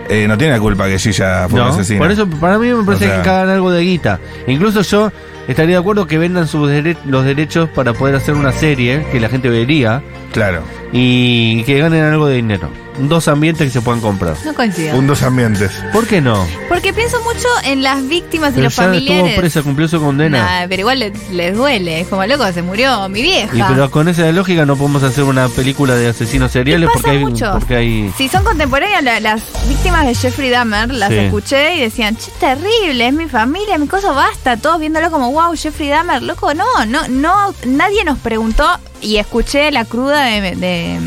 eh, no tiene la culpa que Gilla fue
No,
un asesino.
por eso para mí me parece
O sea-
que cagan algo de guita. Incluso yo estaría de acuerdo que vendan sus dere- los derechos para poder hacer una serie que la gente vería
Claro.
y que ganen algo de dinero. Dos ambientes que se puedan comprar.
No coincido.
Un dos ambientes.
¿Por qué no?
Porque pienso mucho en las víctimas y
Pero
los
ya
familiares.
estuvo presa, cumplió su condena.
Nah, pero igual les, les duele. Es como, loco, se murió mi vieja.
Y pero con esa lógica no podemos hacer una película de asesinos seriales
Y pasa
porque hay,
mucho.
porque hay
Si son contemporáneas, la- las víctimas de Jeffrey Dahmer las
Sí.
escuché y decían, che, terrible, es mi familia, mi cosa, basta. Todos viéndolo como, wow, Jeffrey Dahmer, loco, no, no, no, nadie nos preguntó. Y escuché la cruda de, de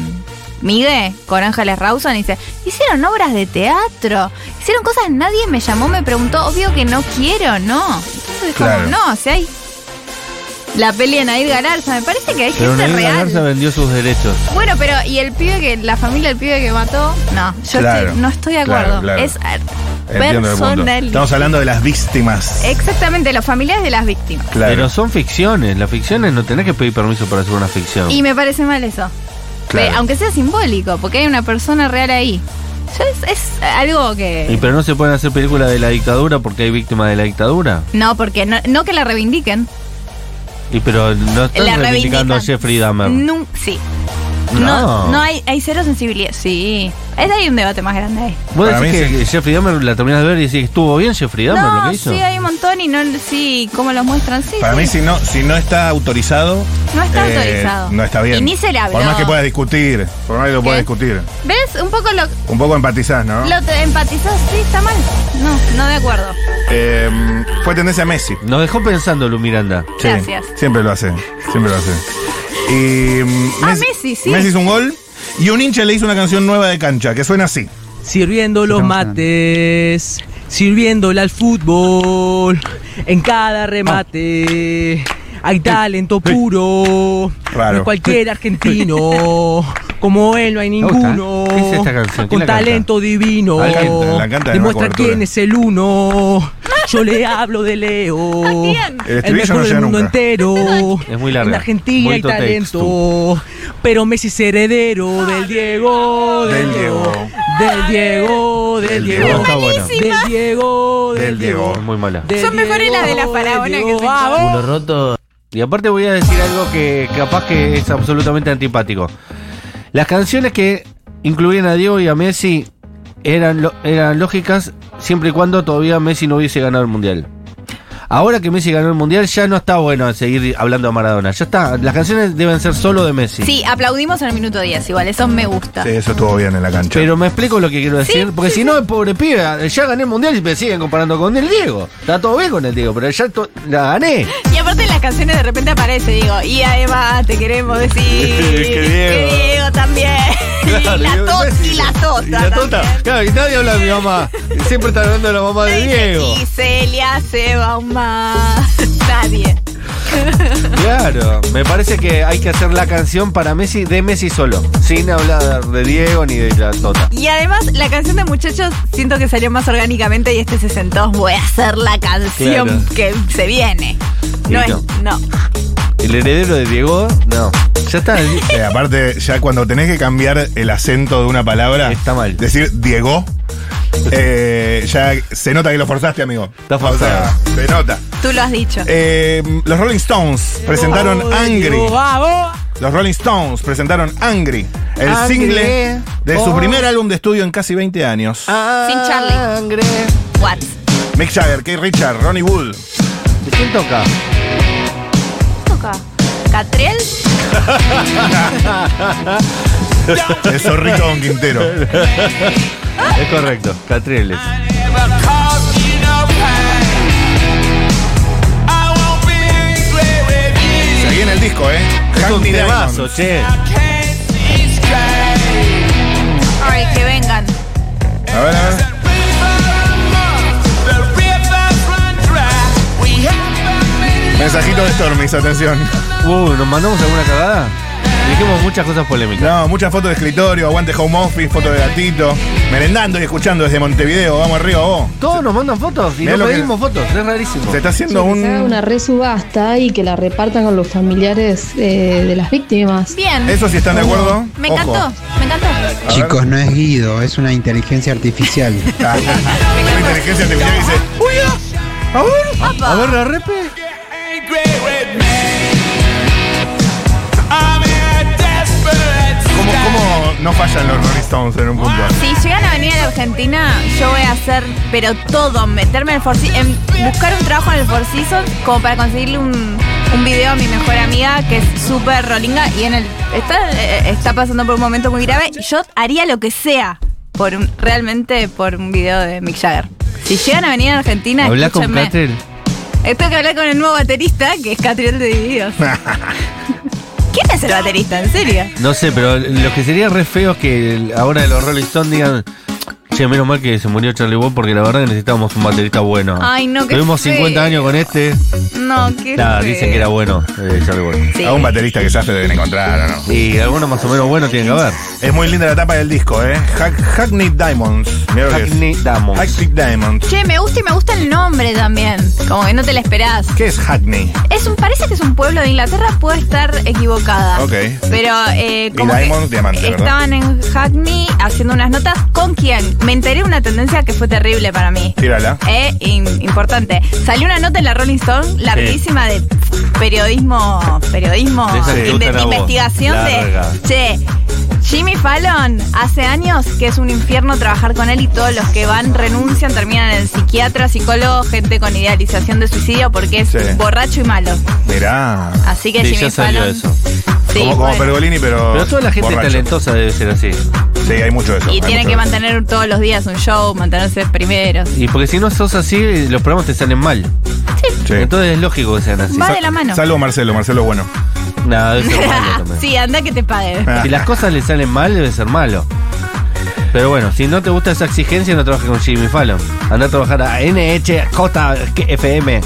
Migue con Ángeles Rawson y dice, hicieron obras de teatro, hicieron cosas, nadie me llamó, me preguntó, obvio que no quiero, no. Entonces, es
Claro.
como, no, si hay. La peli de Nair Galarza, me parece que hay
Pero
gente
Nair
real.
Galarza vendió sus derechos.
Bueno, pero ¿y el pibe que la familia del pibe que mató? No, yo
Claro,
estoy- no estoy de
claro,
acuerdo.
claro.
Es ar-
Entiendo el punto.
personal.
Estamos hablando de las víctimas.
Exactamente, los familiares de las víctimas.
Claro.
Pero son ficciones. Las ficciones no tenés que pedir permiso para hacer una ficción.
Y me parece mal eso.
Claro.
Eh, aunque sea simbólico, porque hay una persona real ahí. Yo es, es algo que...
Y pero no se pueden hacer películas de la dictadura porque hay víctimas de la dictadura.
No, porque no, no que la reivindiquen.
Y pero no están
la
reivindicando a Jeffrey Dahmer.
Nun- sí. No,
No.
no hay, hay cero sensibilidad. Sí. Es ahí un debate más grande ahí.
Vos
Para mí
decís que
sí.
que Jeffrey Dahmer la terminás de ver y decís, ¿estuvo bien Jeffrey Dahmer lo
No,
que hizo?
sí, hay un montón y no... Sí, como los muestran, sí.
Para
sí.
mí, si no, si no está autorizado. eh,
No está autorizado.
No está bien.
Y ni se le habló.
Por más que puedas discutir. Por más que lo puedas
¿Qué?
discutir.
¿Ves? Un poco lo,
Un poco empatizás, ¿no?
Lo te empatizás, sí, está mal. No, no de acuerdo.
Eh, fue tendencia a Messi.
Nos dejó pensando Lu Miranda.
Sí,
Gracias.
Siempre lo hace. Siempre lo hace. Y, mm,
Ah, Messi, sí.
Messi hizo un gol. Y un hincha le hizo una canción nueva de cancha que suena así.
Sirviendo los mates, sirviéndole al fútbol, en cada remate. Hay talento puro,
Raro.
no cualquier argentino, como él no hay
gusta, ¿eh?
ninguno,
¿Qué es esta canción? ¿Quién
con
la canta?
talento divino,
La canta, la canta en una
demuestra
cobertura.
quién es el uno,
Yo le hablo de Leo.
El
El
estribillo
mejor
no
del
llega
mundo
nunca.
entero.
Es muy larga.
En Argentina hay
Muito
talento. Pero Messi es heredero del Diego.
Del Diego.
Del Diego. Del
Del
Diego.
Diego, está buena.
Del Diego. Del Diego.
Es muy mala.
del
Son mejores
Diego,
las de la
del
faraona que
Diego,
se
vamos.
Culo roto. Y aparte voy a decir algo que capaz que es absolutamente antipático. Las canciones que incluían a Diego y a Messi eran, lo- eran lógicas siempre y cuando todavía Messi no hubiese ganado el Mundial. Ahora que Messi ganó el Mundial ya no está bueno seguir hablando a Maradona. Ya está, las canciones deben ser solo de Messi.
Sí, aplaudimos en el minuto 10, igual, eso me gusta.
Sí, eso estuvo bien en la cancha.
Pero me explico lo que quiero decir, porque si no, el pobre pibe, ya gané el mundial y me siguen comparando con el Diego. Está todo bien con el Diego, pero ya to- la gané.
Y aparte en las canciones de repente aparece, digo, y además te queremos decir
Que Diego.
que Diego también.
Claro,
y la
Diego
to-
Messi.
y la tota.
Y la tota.
también.
Claro, y nadie habla de mi mamá. Siempre está hablando de la mamá de Diego.
Y Celia se va más. Nadie.
Claro, me parece que hay que hacer la canción para Messi de Messi solo, sin hablar de Diego ni de la Tota.
Y además, la canción de muchachos siento que salió más orgánicamente y este se sentó, voy a hacer la canción
Claro.
que se viene.
Y
No es,
no.
no.
El heredero de Diego, no. Ya está.
Eh, aparte, ya cuando tenés que cambiar el acento de una palabra, está
mal.
Decir Diego, eh, ya se nota que lo forzaste, amigo. Está
forzado.
se nota.
Tú lo has dicho.
Eh, los Rolling Stones presentaron
Vamos,
Angry.
Diego, vamos.
Los Rolling Stones presentaron Angry, el
Angry.
single de su
Oh. Ah.
primer álbum de estudio en casi 20 años.
Sin Charlie. What?
Mick Jagger, Keith Richard, Ronnie Wood.
¿Quién toca?
Toca. ¿Catriel?
El zorrito con Quintero.
Es correcto, Catrieles.
Se viene el disco, ¿eh?
Es un
Hackney
temazo,
Diamonds.
che.
Ay, que vengan.
A ver, a ver. Mensajito de Stormis, atención.
Uh, ¿nos mandamos alguna cagada? Dijimos muchas cosas polémicas.
No, muchas fotos de escritorio, aguante home office, fotos de gatito, merendando y escuchando desde Montevideo, vamos arriba vos.
Todos nos mandan fotos y
Mirá
no
lo que-
pedimos fotos, es rarísimo.
Se está haciendo
Que se haga
un...
una resubasta y que la repartan con los familiares eh, de las víctimas.
Bien.
Eso sí están de acuerdo.
Me
Ojo.
encantó, me encantó.
Chicos, no es Guido, es una inteligencia artificial.
Ah, La inteligencia artificial dice,
A ver,
A ver, la repe.
¿cómo, cómo no fallan los Rolling Stones en un punto?
Si llegan a venir a la Argentina, yo voy a hacer, pero todo, meterme en el Four Seasons, en buscar un trabajo en el Four Seasons como para conseguirle un, un video a mi mejor amiga que es súper rolinga y en el está, eh, está pasando por un momento muy grave. y Yo haría lo que sea por un- realmente por un video de Mick Jagger. Si llegan a venir a Argentina,
Habla con
escúchenme.
Catriel.
Eh, Tengo que hablar con el nuevo baterista, que es Catriel de Divididos. ¿Quién es el baterista? ¿En serio?
No sé, pero lo que sería re feo es que el- ahora de los Rolling Stones digan. Che, menos mal que se murió Charlie Watts porque la verdad que necesitábamos un baterista bueno.
Ay, no, qué
Tuvimos
feo.
50 años con este.
No, qué
Nada,
feo.
dicen que era bueno eh, Charlie Watts.
Sí.
A un baterista que ya se deben encontrar, ¿o ¿no?
Y algunos más o menos buenos tienen que haber.
Es muy linda la tapa del disco, ¿eh? Hack- Hackney Diamonds. Mirá lo que es.
Hackney Diamonds.
Hackney Diamonds.
Che, me gusta y me gusta el nombre también. Como que no te la esperás.
¿Qué es Hackney?
Es un, parece que es un pueblo de Inglaterra, puedo estar equivocada.
Ok.
Pero eh,
Y
como que
Diamond, diamante, ¿verdad?
estaban en Hackney haciendo unas notas con quién. Me enteré de una tendencia que fue terrible para mí.
Tírala.
Eh, in- importante. Salió una nota en la Rolling Stone larguísima de periodismo, periodismo
De esas
de,
que te
de
gustan a vos.
investigación
Larga.
de che. Jimmy Fallon hace años que es un infierno trabajar con él y todos los que van renuncian, terminan en psiquiatra, psicólogo, gente con idealización de suicidio porque es
Sí.
borracho y malo.
Mirá.
Así que
Sí,
Jimmy
ya salió
Fallon.
eso.
Sí,
como, como
bueno.
Pergolini, pero.
Pero toda la gente
borracho.
talentosa debe ser así.
Sí, hay mucho de eso.
Y
hay
tiene
mucho
que
de eso.
mantener todos los días un show, mantenerse primeros.
Y porque si no sos así, los programas te salen mal.
Sí.
Entonces es lógico que sean así.
Va de la mano.
Salvo Marcelo, Marcelo es bueno.
Nada, debe ser malo también.
sí, anda que te pague.
Si las cosas le salen mal, debe ser malo. Pero bueno, si no te gusta esa exigencia, no trabajes con Jimmy Fallon. Anda a trabajar a NH J FM.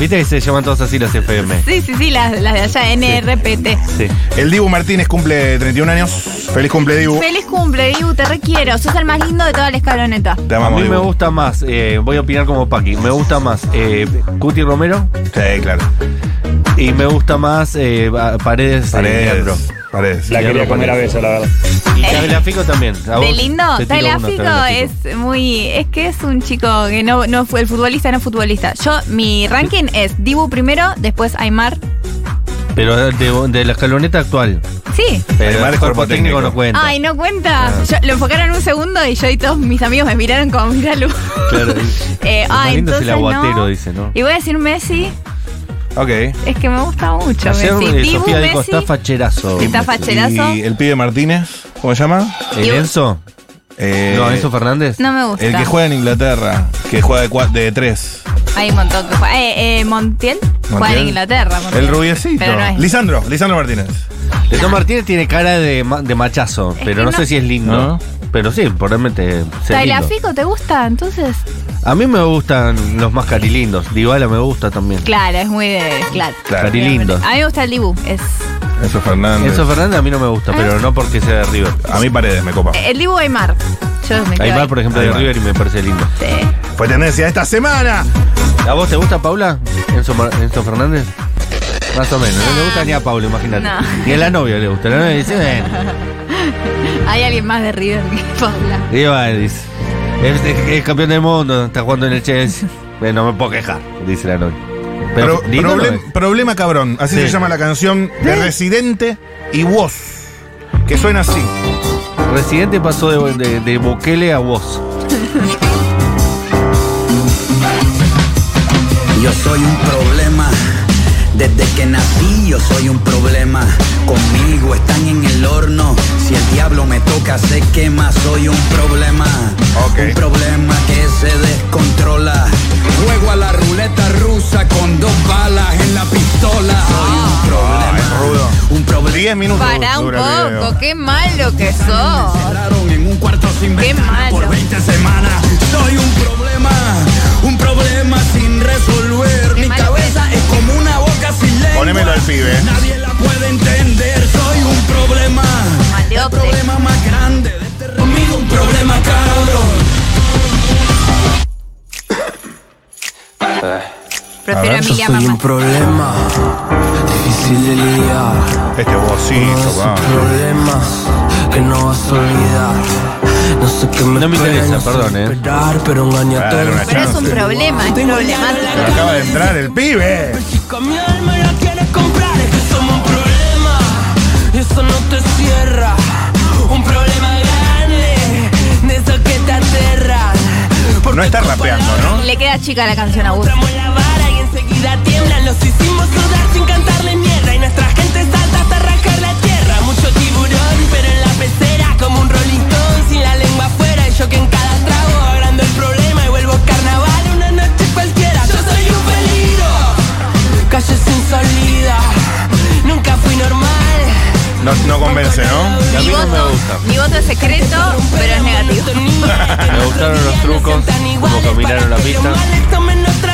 Viste que se llaman todos así las FM.
Sí, sí, sí, las, las de allá, NRPT.
Sí.
El Dibu Martínez cumple 31 años. Feliz cumple, Dibu.
Feliz cumple, Dibu, te requiero. Sos el más lindo de toda la escaloneta.
Te
A
amamos,
mí me
Dibu.
gusta más, eh, voy a opinar como Paqui, me gusta más eh, Cuti Romero
Sí, claro.
y me gusta más eh, Pa- Paredes. eh,
Paredes.
Leandro.
Paredes.
La quería comer a
beso, la verdad.
Y Tagliafico también. A
De
vos
lindo,
te tiro uno,
Tagliafico es
Tagliafico.
muy. Es que es un chico que no, no fue el futbolista, no es futbolista. Yo, mi ranking es Dibu primero, después Aymar.
Pero de, de la escaloneta actual.
Sí.
Pero
Aymar
el
es
cuerpo
cuerpo
técnico,
técnico.
no cuenta. Ah.
Ay, no cuenta. Yo- lo enfocaron un segundo y yo y todos mis amigos me miraron como mira luz.
Claro.
Eh,
Lo más
ay,
lindo es
entonces.
el aguatero,
no.
dice, ¿no?
Y voy a decir Messi,
Ok.
es que me gusta mucho.
Ayer
Messi.
eh,
Dibu,
Sofía dijo,
Messi.
está facherazo.
Está facherazo.
Y el pibe Martínez, ¿cómo se llama?
¿El Enzo?
Eh,
No, Enzo Fernández.
No me gusta.
El que juega en Inglaterra, que juega de, cua- de tres.
Hay un montón que juega. Eh, eh, Montiel, juega en
Montiel.
Inglaterra. Montiel.
El rubiecito.
Pero no es.
Lisandro, Lisandro Martínez.
Leandro Eh, Martínez tiene cara de, ma- de machazo, pero
que
no,
no-
sé si es lindo.
¿No?
Pero sí, probablemente sea lindo.
Tagliafico, ¿te gusta? Entonces,
A mí me gustan los más carilindos. Dybala me gusta también.
claro, es muy de. Claro.
Carilindos.
A mí me gusta el Dibu. Es,
Enzo Fernández.
Enzo Fernández a mí no me
Ah.
gusta, pero no porque sea de River.
A mí Paredes me copa.
el Dibu Aymar. Yo me quedo este,
Aymar,
ahí.
por ejemplo, de
Aymar.
River y me parece lindo.
Sí.
Fue tendencia esta semana.
¿A vos te gusta Paula? Enzo, Mar- Enzo Fernández. Más o menos. No le gusta ni a Paula, imagínate.
No.
Ni a la novia le gusta. La novia dice, "Ven".
Hay alguien más de River que Paula.
Y va, dice. Es, es- es campeón del mundo, está jugando en el Chelsea. Eh, no me puedo quejar, dice la novia. Pero,
Pro-
lindo no
problem-
es.
problema cabrón. Así
Sí.
se llama la canción
¿Eh?
de Residente y Vos. Que suena así.
Residente pasó de, de, de Bukele a vos.
Yo soy un problema. Desde que nací yo soy un problema. Conmigo están en el horno. Si el diablo me toca se quema. Soy un problema. Un problema que se descontrola. Juego a la ruleta rusa con dos balas en la pistola. Soy un problema. Un problema.
10 minutos.
Para un
dura el video.
poco, qué malo que sos.
en un cuarto sin
Qué malo.
20 semanas. Soy un problema, un problema sin resolver. Mi
pues.
cabeza es como una boca sin lengua.
Ponémelo al pibe.
Nadie la puede entender. Soy un problema, el problema más grande. de este re- Conmigo un problema cabrón.
Prefiero a Emilia
soy
Mamá.
un problema difícil de lidiar.
Este vocito,
Ah,
va.
Problemas que no vas a olvidar. No sé qué me
No me
espera,
interesa,
no sé
perdón, eh.
esperar, pero engaña a
Dale
todos.
una
Pero es un
chance.
problema, es
Pero
problemático.
acaba de entrar el pibe.
Con mi alma ya quieres comprar, es que somos un problema. Y eso no te cierra. Un problema grande, de esos que te aterran.
No está rapeando, ¿no?
Le queda chica la canción a Gus.
Damos la vara y enseguida tiemblan. Los hicimos sudar sin cantarle mierda. Y nuestra gente salta hasta arrancar la tierra. Mucho tiburón, pero en la pecera. Como un rolling Stone, sin la lengua afuera. Y yo que en cada trago agrando el problema. Y vuelvo carnaval una noche cualquiera. Yo soy un peligro, calle sin salida. Nunca fui normal.
No, no convence, ¿no?
A mí
Mi
no me
voto,
gusta.
mi voto es secreto, pero es negativo.
Me gustaron los trucos, como caminaron la pista.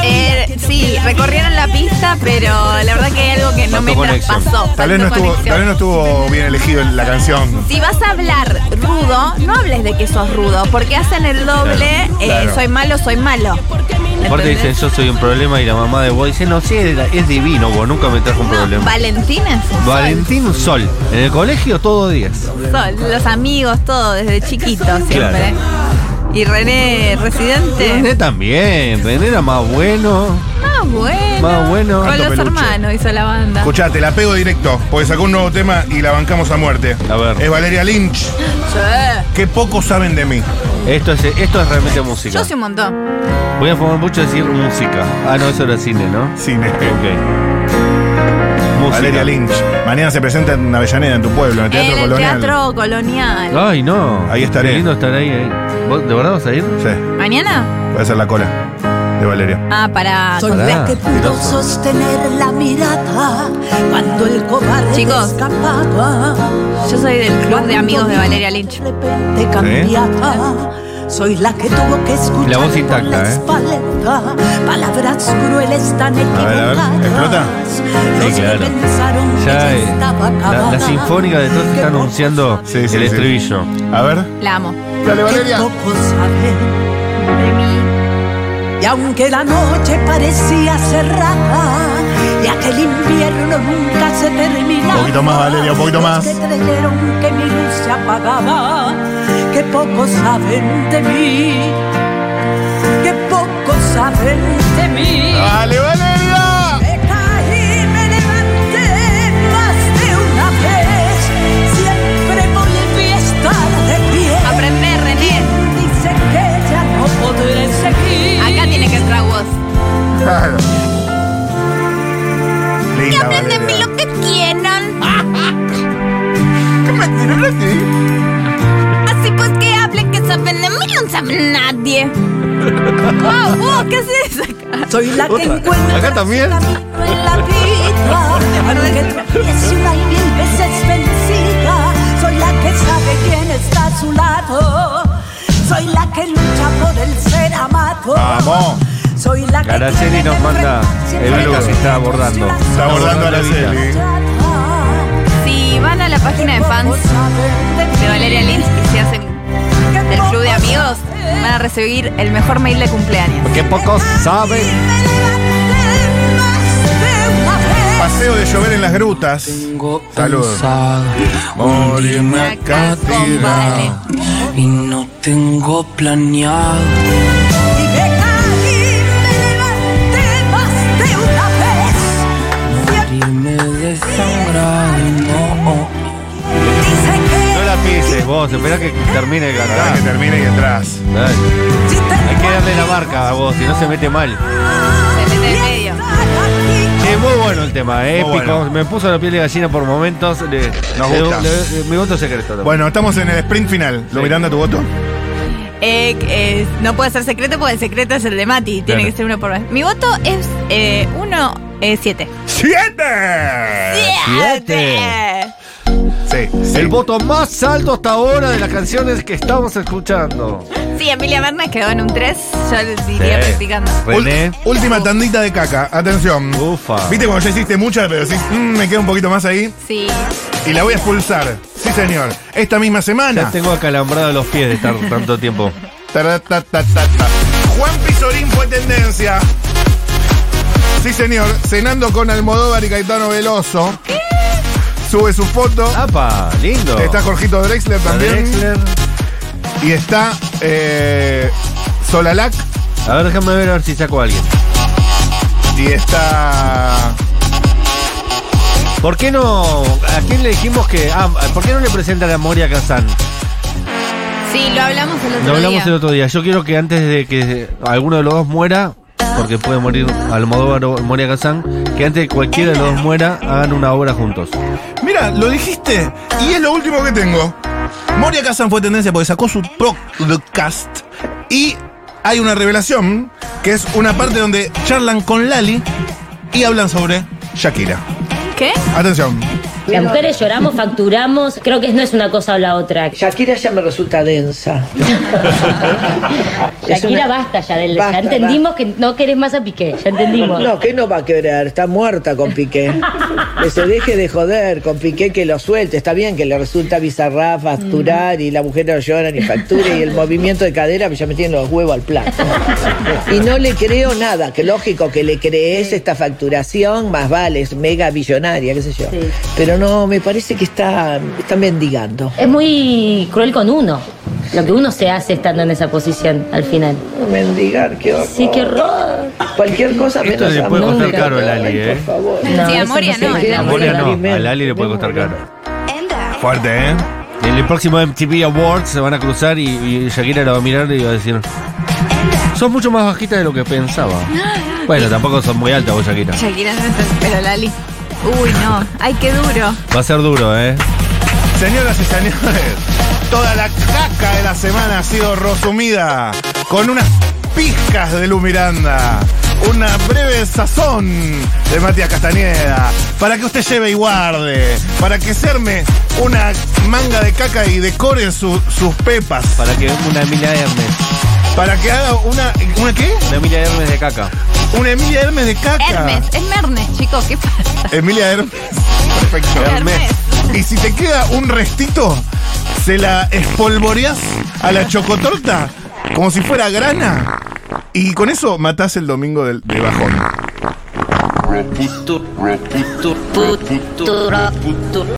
Eh, sí, recorrieron la pista, pero la verdad que hay algo que no
Faltó
me
conexión.
traspasó.
Tal vez no,
Faltó
estuvo,
conexión.
tal vez no estuvo bien elegido la canción.
Si vas a hablar rudo, no hables de que sos rudo, porque hacen el doble,
Claro,
eh,
claro.
soy malo, soy malo.
Aparte
¿Entendés?
dice, yo soy un problema y la mamá de vos dice, no, sí, es, es divino vos, nunca me trajo un problema.
Valentina es un sol.
Valentín Sol, en el colegio todo 10.
Sol, Los amigos, todo, desde chiquito siempre.
Claro.
Y René, residente.
René también, René era más bueno.
Ah, bueno.
Más bueno.
Con
Alto
los
peluche.
hermanos hizo la banda.
Escuchá, te la pego directo, porque sacó un nuevo tema y la bancamos a muerte.
A ver.
Es Valeria Lynch.
Sí.
Qué poco saben de mí.
Esto es, esto es realmente música.
Yo soy un montón.
Voy a fumar mucho decir música. Ah, no, eso era cine, ¿no?
Cine.
Ok.
Valeria Lynch. Mañana se presenta en Avellaneda, en tu pueblo, en el Teatro
en el
Colonial.
teatro colonial.
Ay, no.
Ahí estaré.
Qué lindo estar ahí. ahí. ¿Vos, ¿De verdad vas a ir?
Sí,
¿Mañana?
va a ser la cola de Valeria.
Ah, para.
Soy
Pará,
la que pudo
filósofo.
sostener la mirada cuando el cobarde
Chicos,
escapaba.
Yo soy del club de amigos de Valeria Lynch.
De repente cambiaba Soy la que tuvo que escuchar
La voz
por
intacta,
la
¿eh?
espalda palabras crueles tan
A ver, a ver, ¿explota?
equivocadas.
Sí, claro. Ya, eh, la, la sinfónica de todos está anunciando el estribillo.
A ver.
La amo.
Dale,
Valeria. Y aunque la noche parecía cerrada y aquel invierno nunca se terminaba.
Un poquito más, Valeria, un poquito más.
Que creyeron que mi luz se apagaba, que poco saben de mí, que poco saben de mí.
Dale, Valeria.
Me caí, me levanté más de una vez, siempre volví a estar de pie.
Aprender, René.
Dice que ya no podré seguir.
Acá tiene que entrar vos.
Claro.
Que
Linda,
hablen de mí
Valeria.
lo que quieran. Así pues que hablen, que saben de mí, no saben nadie. Wow, vos, ¿qué haces acá?
Soy la que
Otra.
encuentro
Acá también.
en la vida. Aunque tropiece una y mil veces vencida, soy la que sabe quién está a su lado. Soy la que lucha por el ser amado.
Vamos.
Soy la que
Araceli Ah, nos manda el
Saludos.
Lucas se está abordando.
Está abordando a la
Evita.
Celi.
Si van a la página de fans de Valeria Lynch y se hacen del club de amigos, van a recibir el mejor mail de cumpleaños.
Porque pocos saben.
Paseo de llover en las grutas. Saludos. Morirme acá tirado.
Y no tengo planeado. Morirme desangrado, no.
No la pises vos, esperá que termine de
Esperá
cantar.
que termine y entras.
Dale. Hay que darle la marca a vos, si no se mete mal.
Se mete en medio.
Che, muy bueno el tema, eh,
Muy
épico.
bueno.
Me puso la piel de gallina por momentos. Le-
Nos
le-
gusta.
le- le- mi voto secreto. también.
Bueno, estamos en el sprint final. Lo mirando a tu voto.
Eh, eh, no puede ser secreto porque el secreto es el de Mati. Tiene
Claro.
que ser uno por vez. Mi voto es eh, uno, eh, siete.
¡Siete!
Siete.
Sí, sí.
El voto más alto hasta ahora de las canciones que estamos escuchando.
Sí, Emilia Berna quedó en un 3. Yo les iría
Sí.
practicando.
René.
Ul- última tandita de caca. Atención.
Ufa.
Viste cuando ya hiciste muchas, pero decís, "Mm, me queda un poquito más ahí.
Sí.
Y la voy a expulsar. Sí, señor. Esta misma
Ya
semana.
tengo acalambrado los pies de estar tanto tiempo.
Tará, ta, ta, ta, ta. Juan Pizorín fue tendencia. Sí, señor. Cenando con Almodóvar y Caetano Veloso. Sube su foto.
¡Apa! ¡Lindo!
Está Jorgito Drexler
Ah. La
también.
Drexler.
Y está eh, Solalac.
A ver, déjame ver a ver si saco a alguien.
Y está.
¿Por qué no? ¿A quién le dijimos que.? Ah, ¿por qué no le presentan a Moria Kazan?
Sí, lo hablamos el otro
Lo hablamos el
día.
otro día. Yo quiero que antes de que alguno de los dos muera, porque puede morir Almodóvar o Moria Kazan, que antes de cualquiera de los dos muera, hagan una obra juntos.
Mira, lo dijiste. Y es lo último que tengo. Moria Kazan fue tendencia porque sacó su podcast. Y hay una revelación que es una parte donde charlan con Lali y hablan sobre Shakira.
¿Qué?
Atención.
Las mujeres lloramos, facturamos, creo que no es una cosa o la otra.
Shakira ya me resulta densa. Es
Shakira,
una-
basta ya del
Basta,
Ya entendimos que no querés más a Piqué, ya entendimos.
No, que no va a querer, está muerta con Piqué. Que se deje de joder con Piqué, que lo suelte. Está bien que le resulta bizarra facturar y la mujer no llora ni factura y el movimiento de cadera pues ya me tiene los huevos al plato. Y no le creo nada, que lógico que le crees esta facturación, más vale, es mega billonaria, qué sé yo.
Sí.
Pero no, me parece que está, está mendigando.
Es muy cruel con uno, lo que uno se hace estando en esa posición al final.
Mendigar, qué horror.
Sí, qué horror.
Cualquier cosa
Esto
menos
le puede
amor.
costar caro a Lali,
Ay,
¿eh?
Por favor.
No,
sí, a
eso
Moria
no
no.
se
la
A
A
Lali
Moria no, a
también.
Lali le puede costar caro.
Fuerte, ¿eh?
En el próximo MTV Awards se van a cruzar y, y Shakira la va a mirar y va a decir: Sos mucho más bajita de lo que pensaba. Bueno, tampoco sos muy alta vos, Shakira.
Shakira no es el- pero Lali. Uy, no. Ay, qué duro.
Va a ser duro, ¿eh?
Señoras y señores, toda la caca de la semana ha sido resumida con unas pizcas de Lu Miranda. una breve sazón de Matías Castañeda. Para que usted lleve y guarde. Para que se arme una manga de caca y decore su- sus pepas.
Para que una Emilia Hermes.
Para que haga una. ¿Una qué?
Una Emilia Hermes de caca.
Una Emilia Hermes de caca.
Hermes, es Mernes, chicos, ¿qué pasa?
Emilia Hermes. Perfecto.
Hermes.
Y si te queda un restito, se la espolvoreás a la chocotorta como si fuera grana. Y con eso matás el domingo del, de bajón.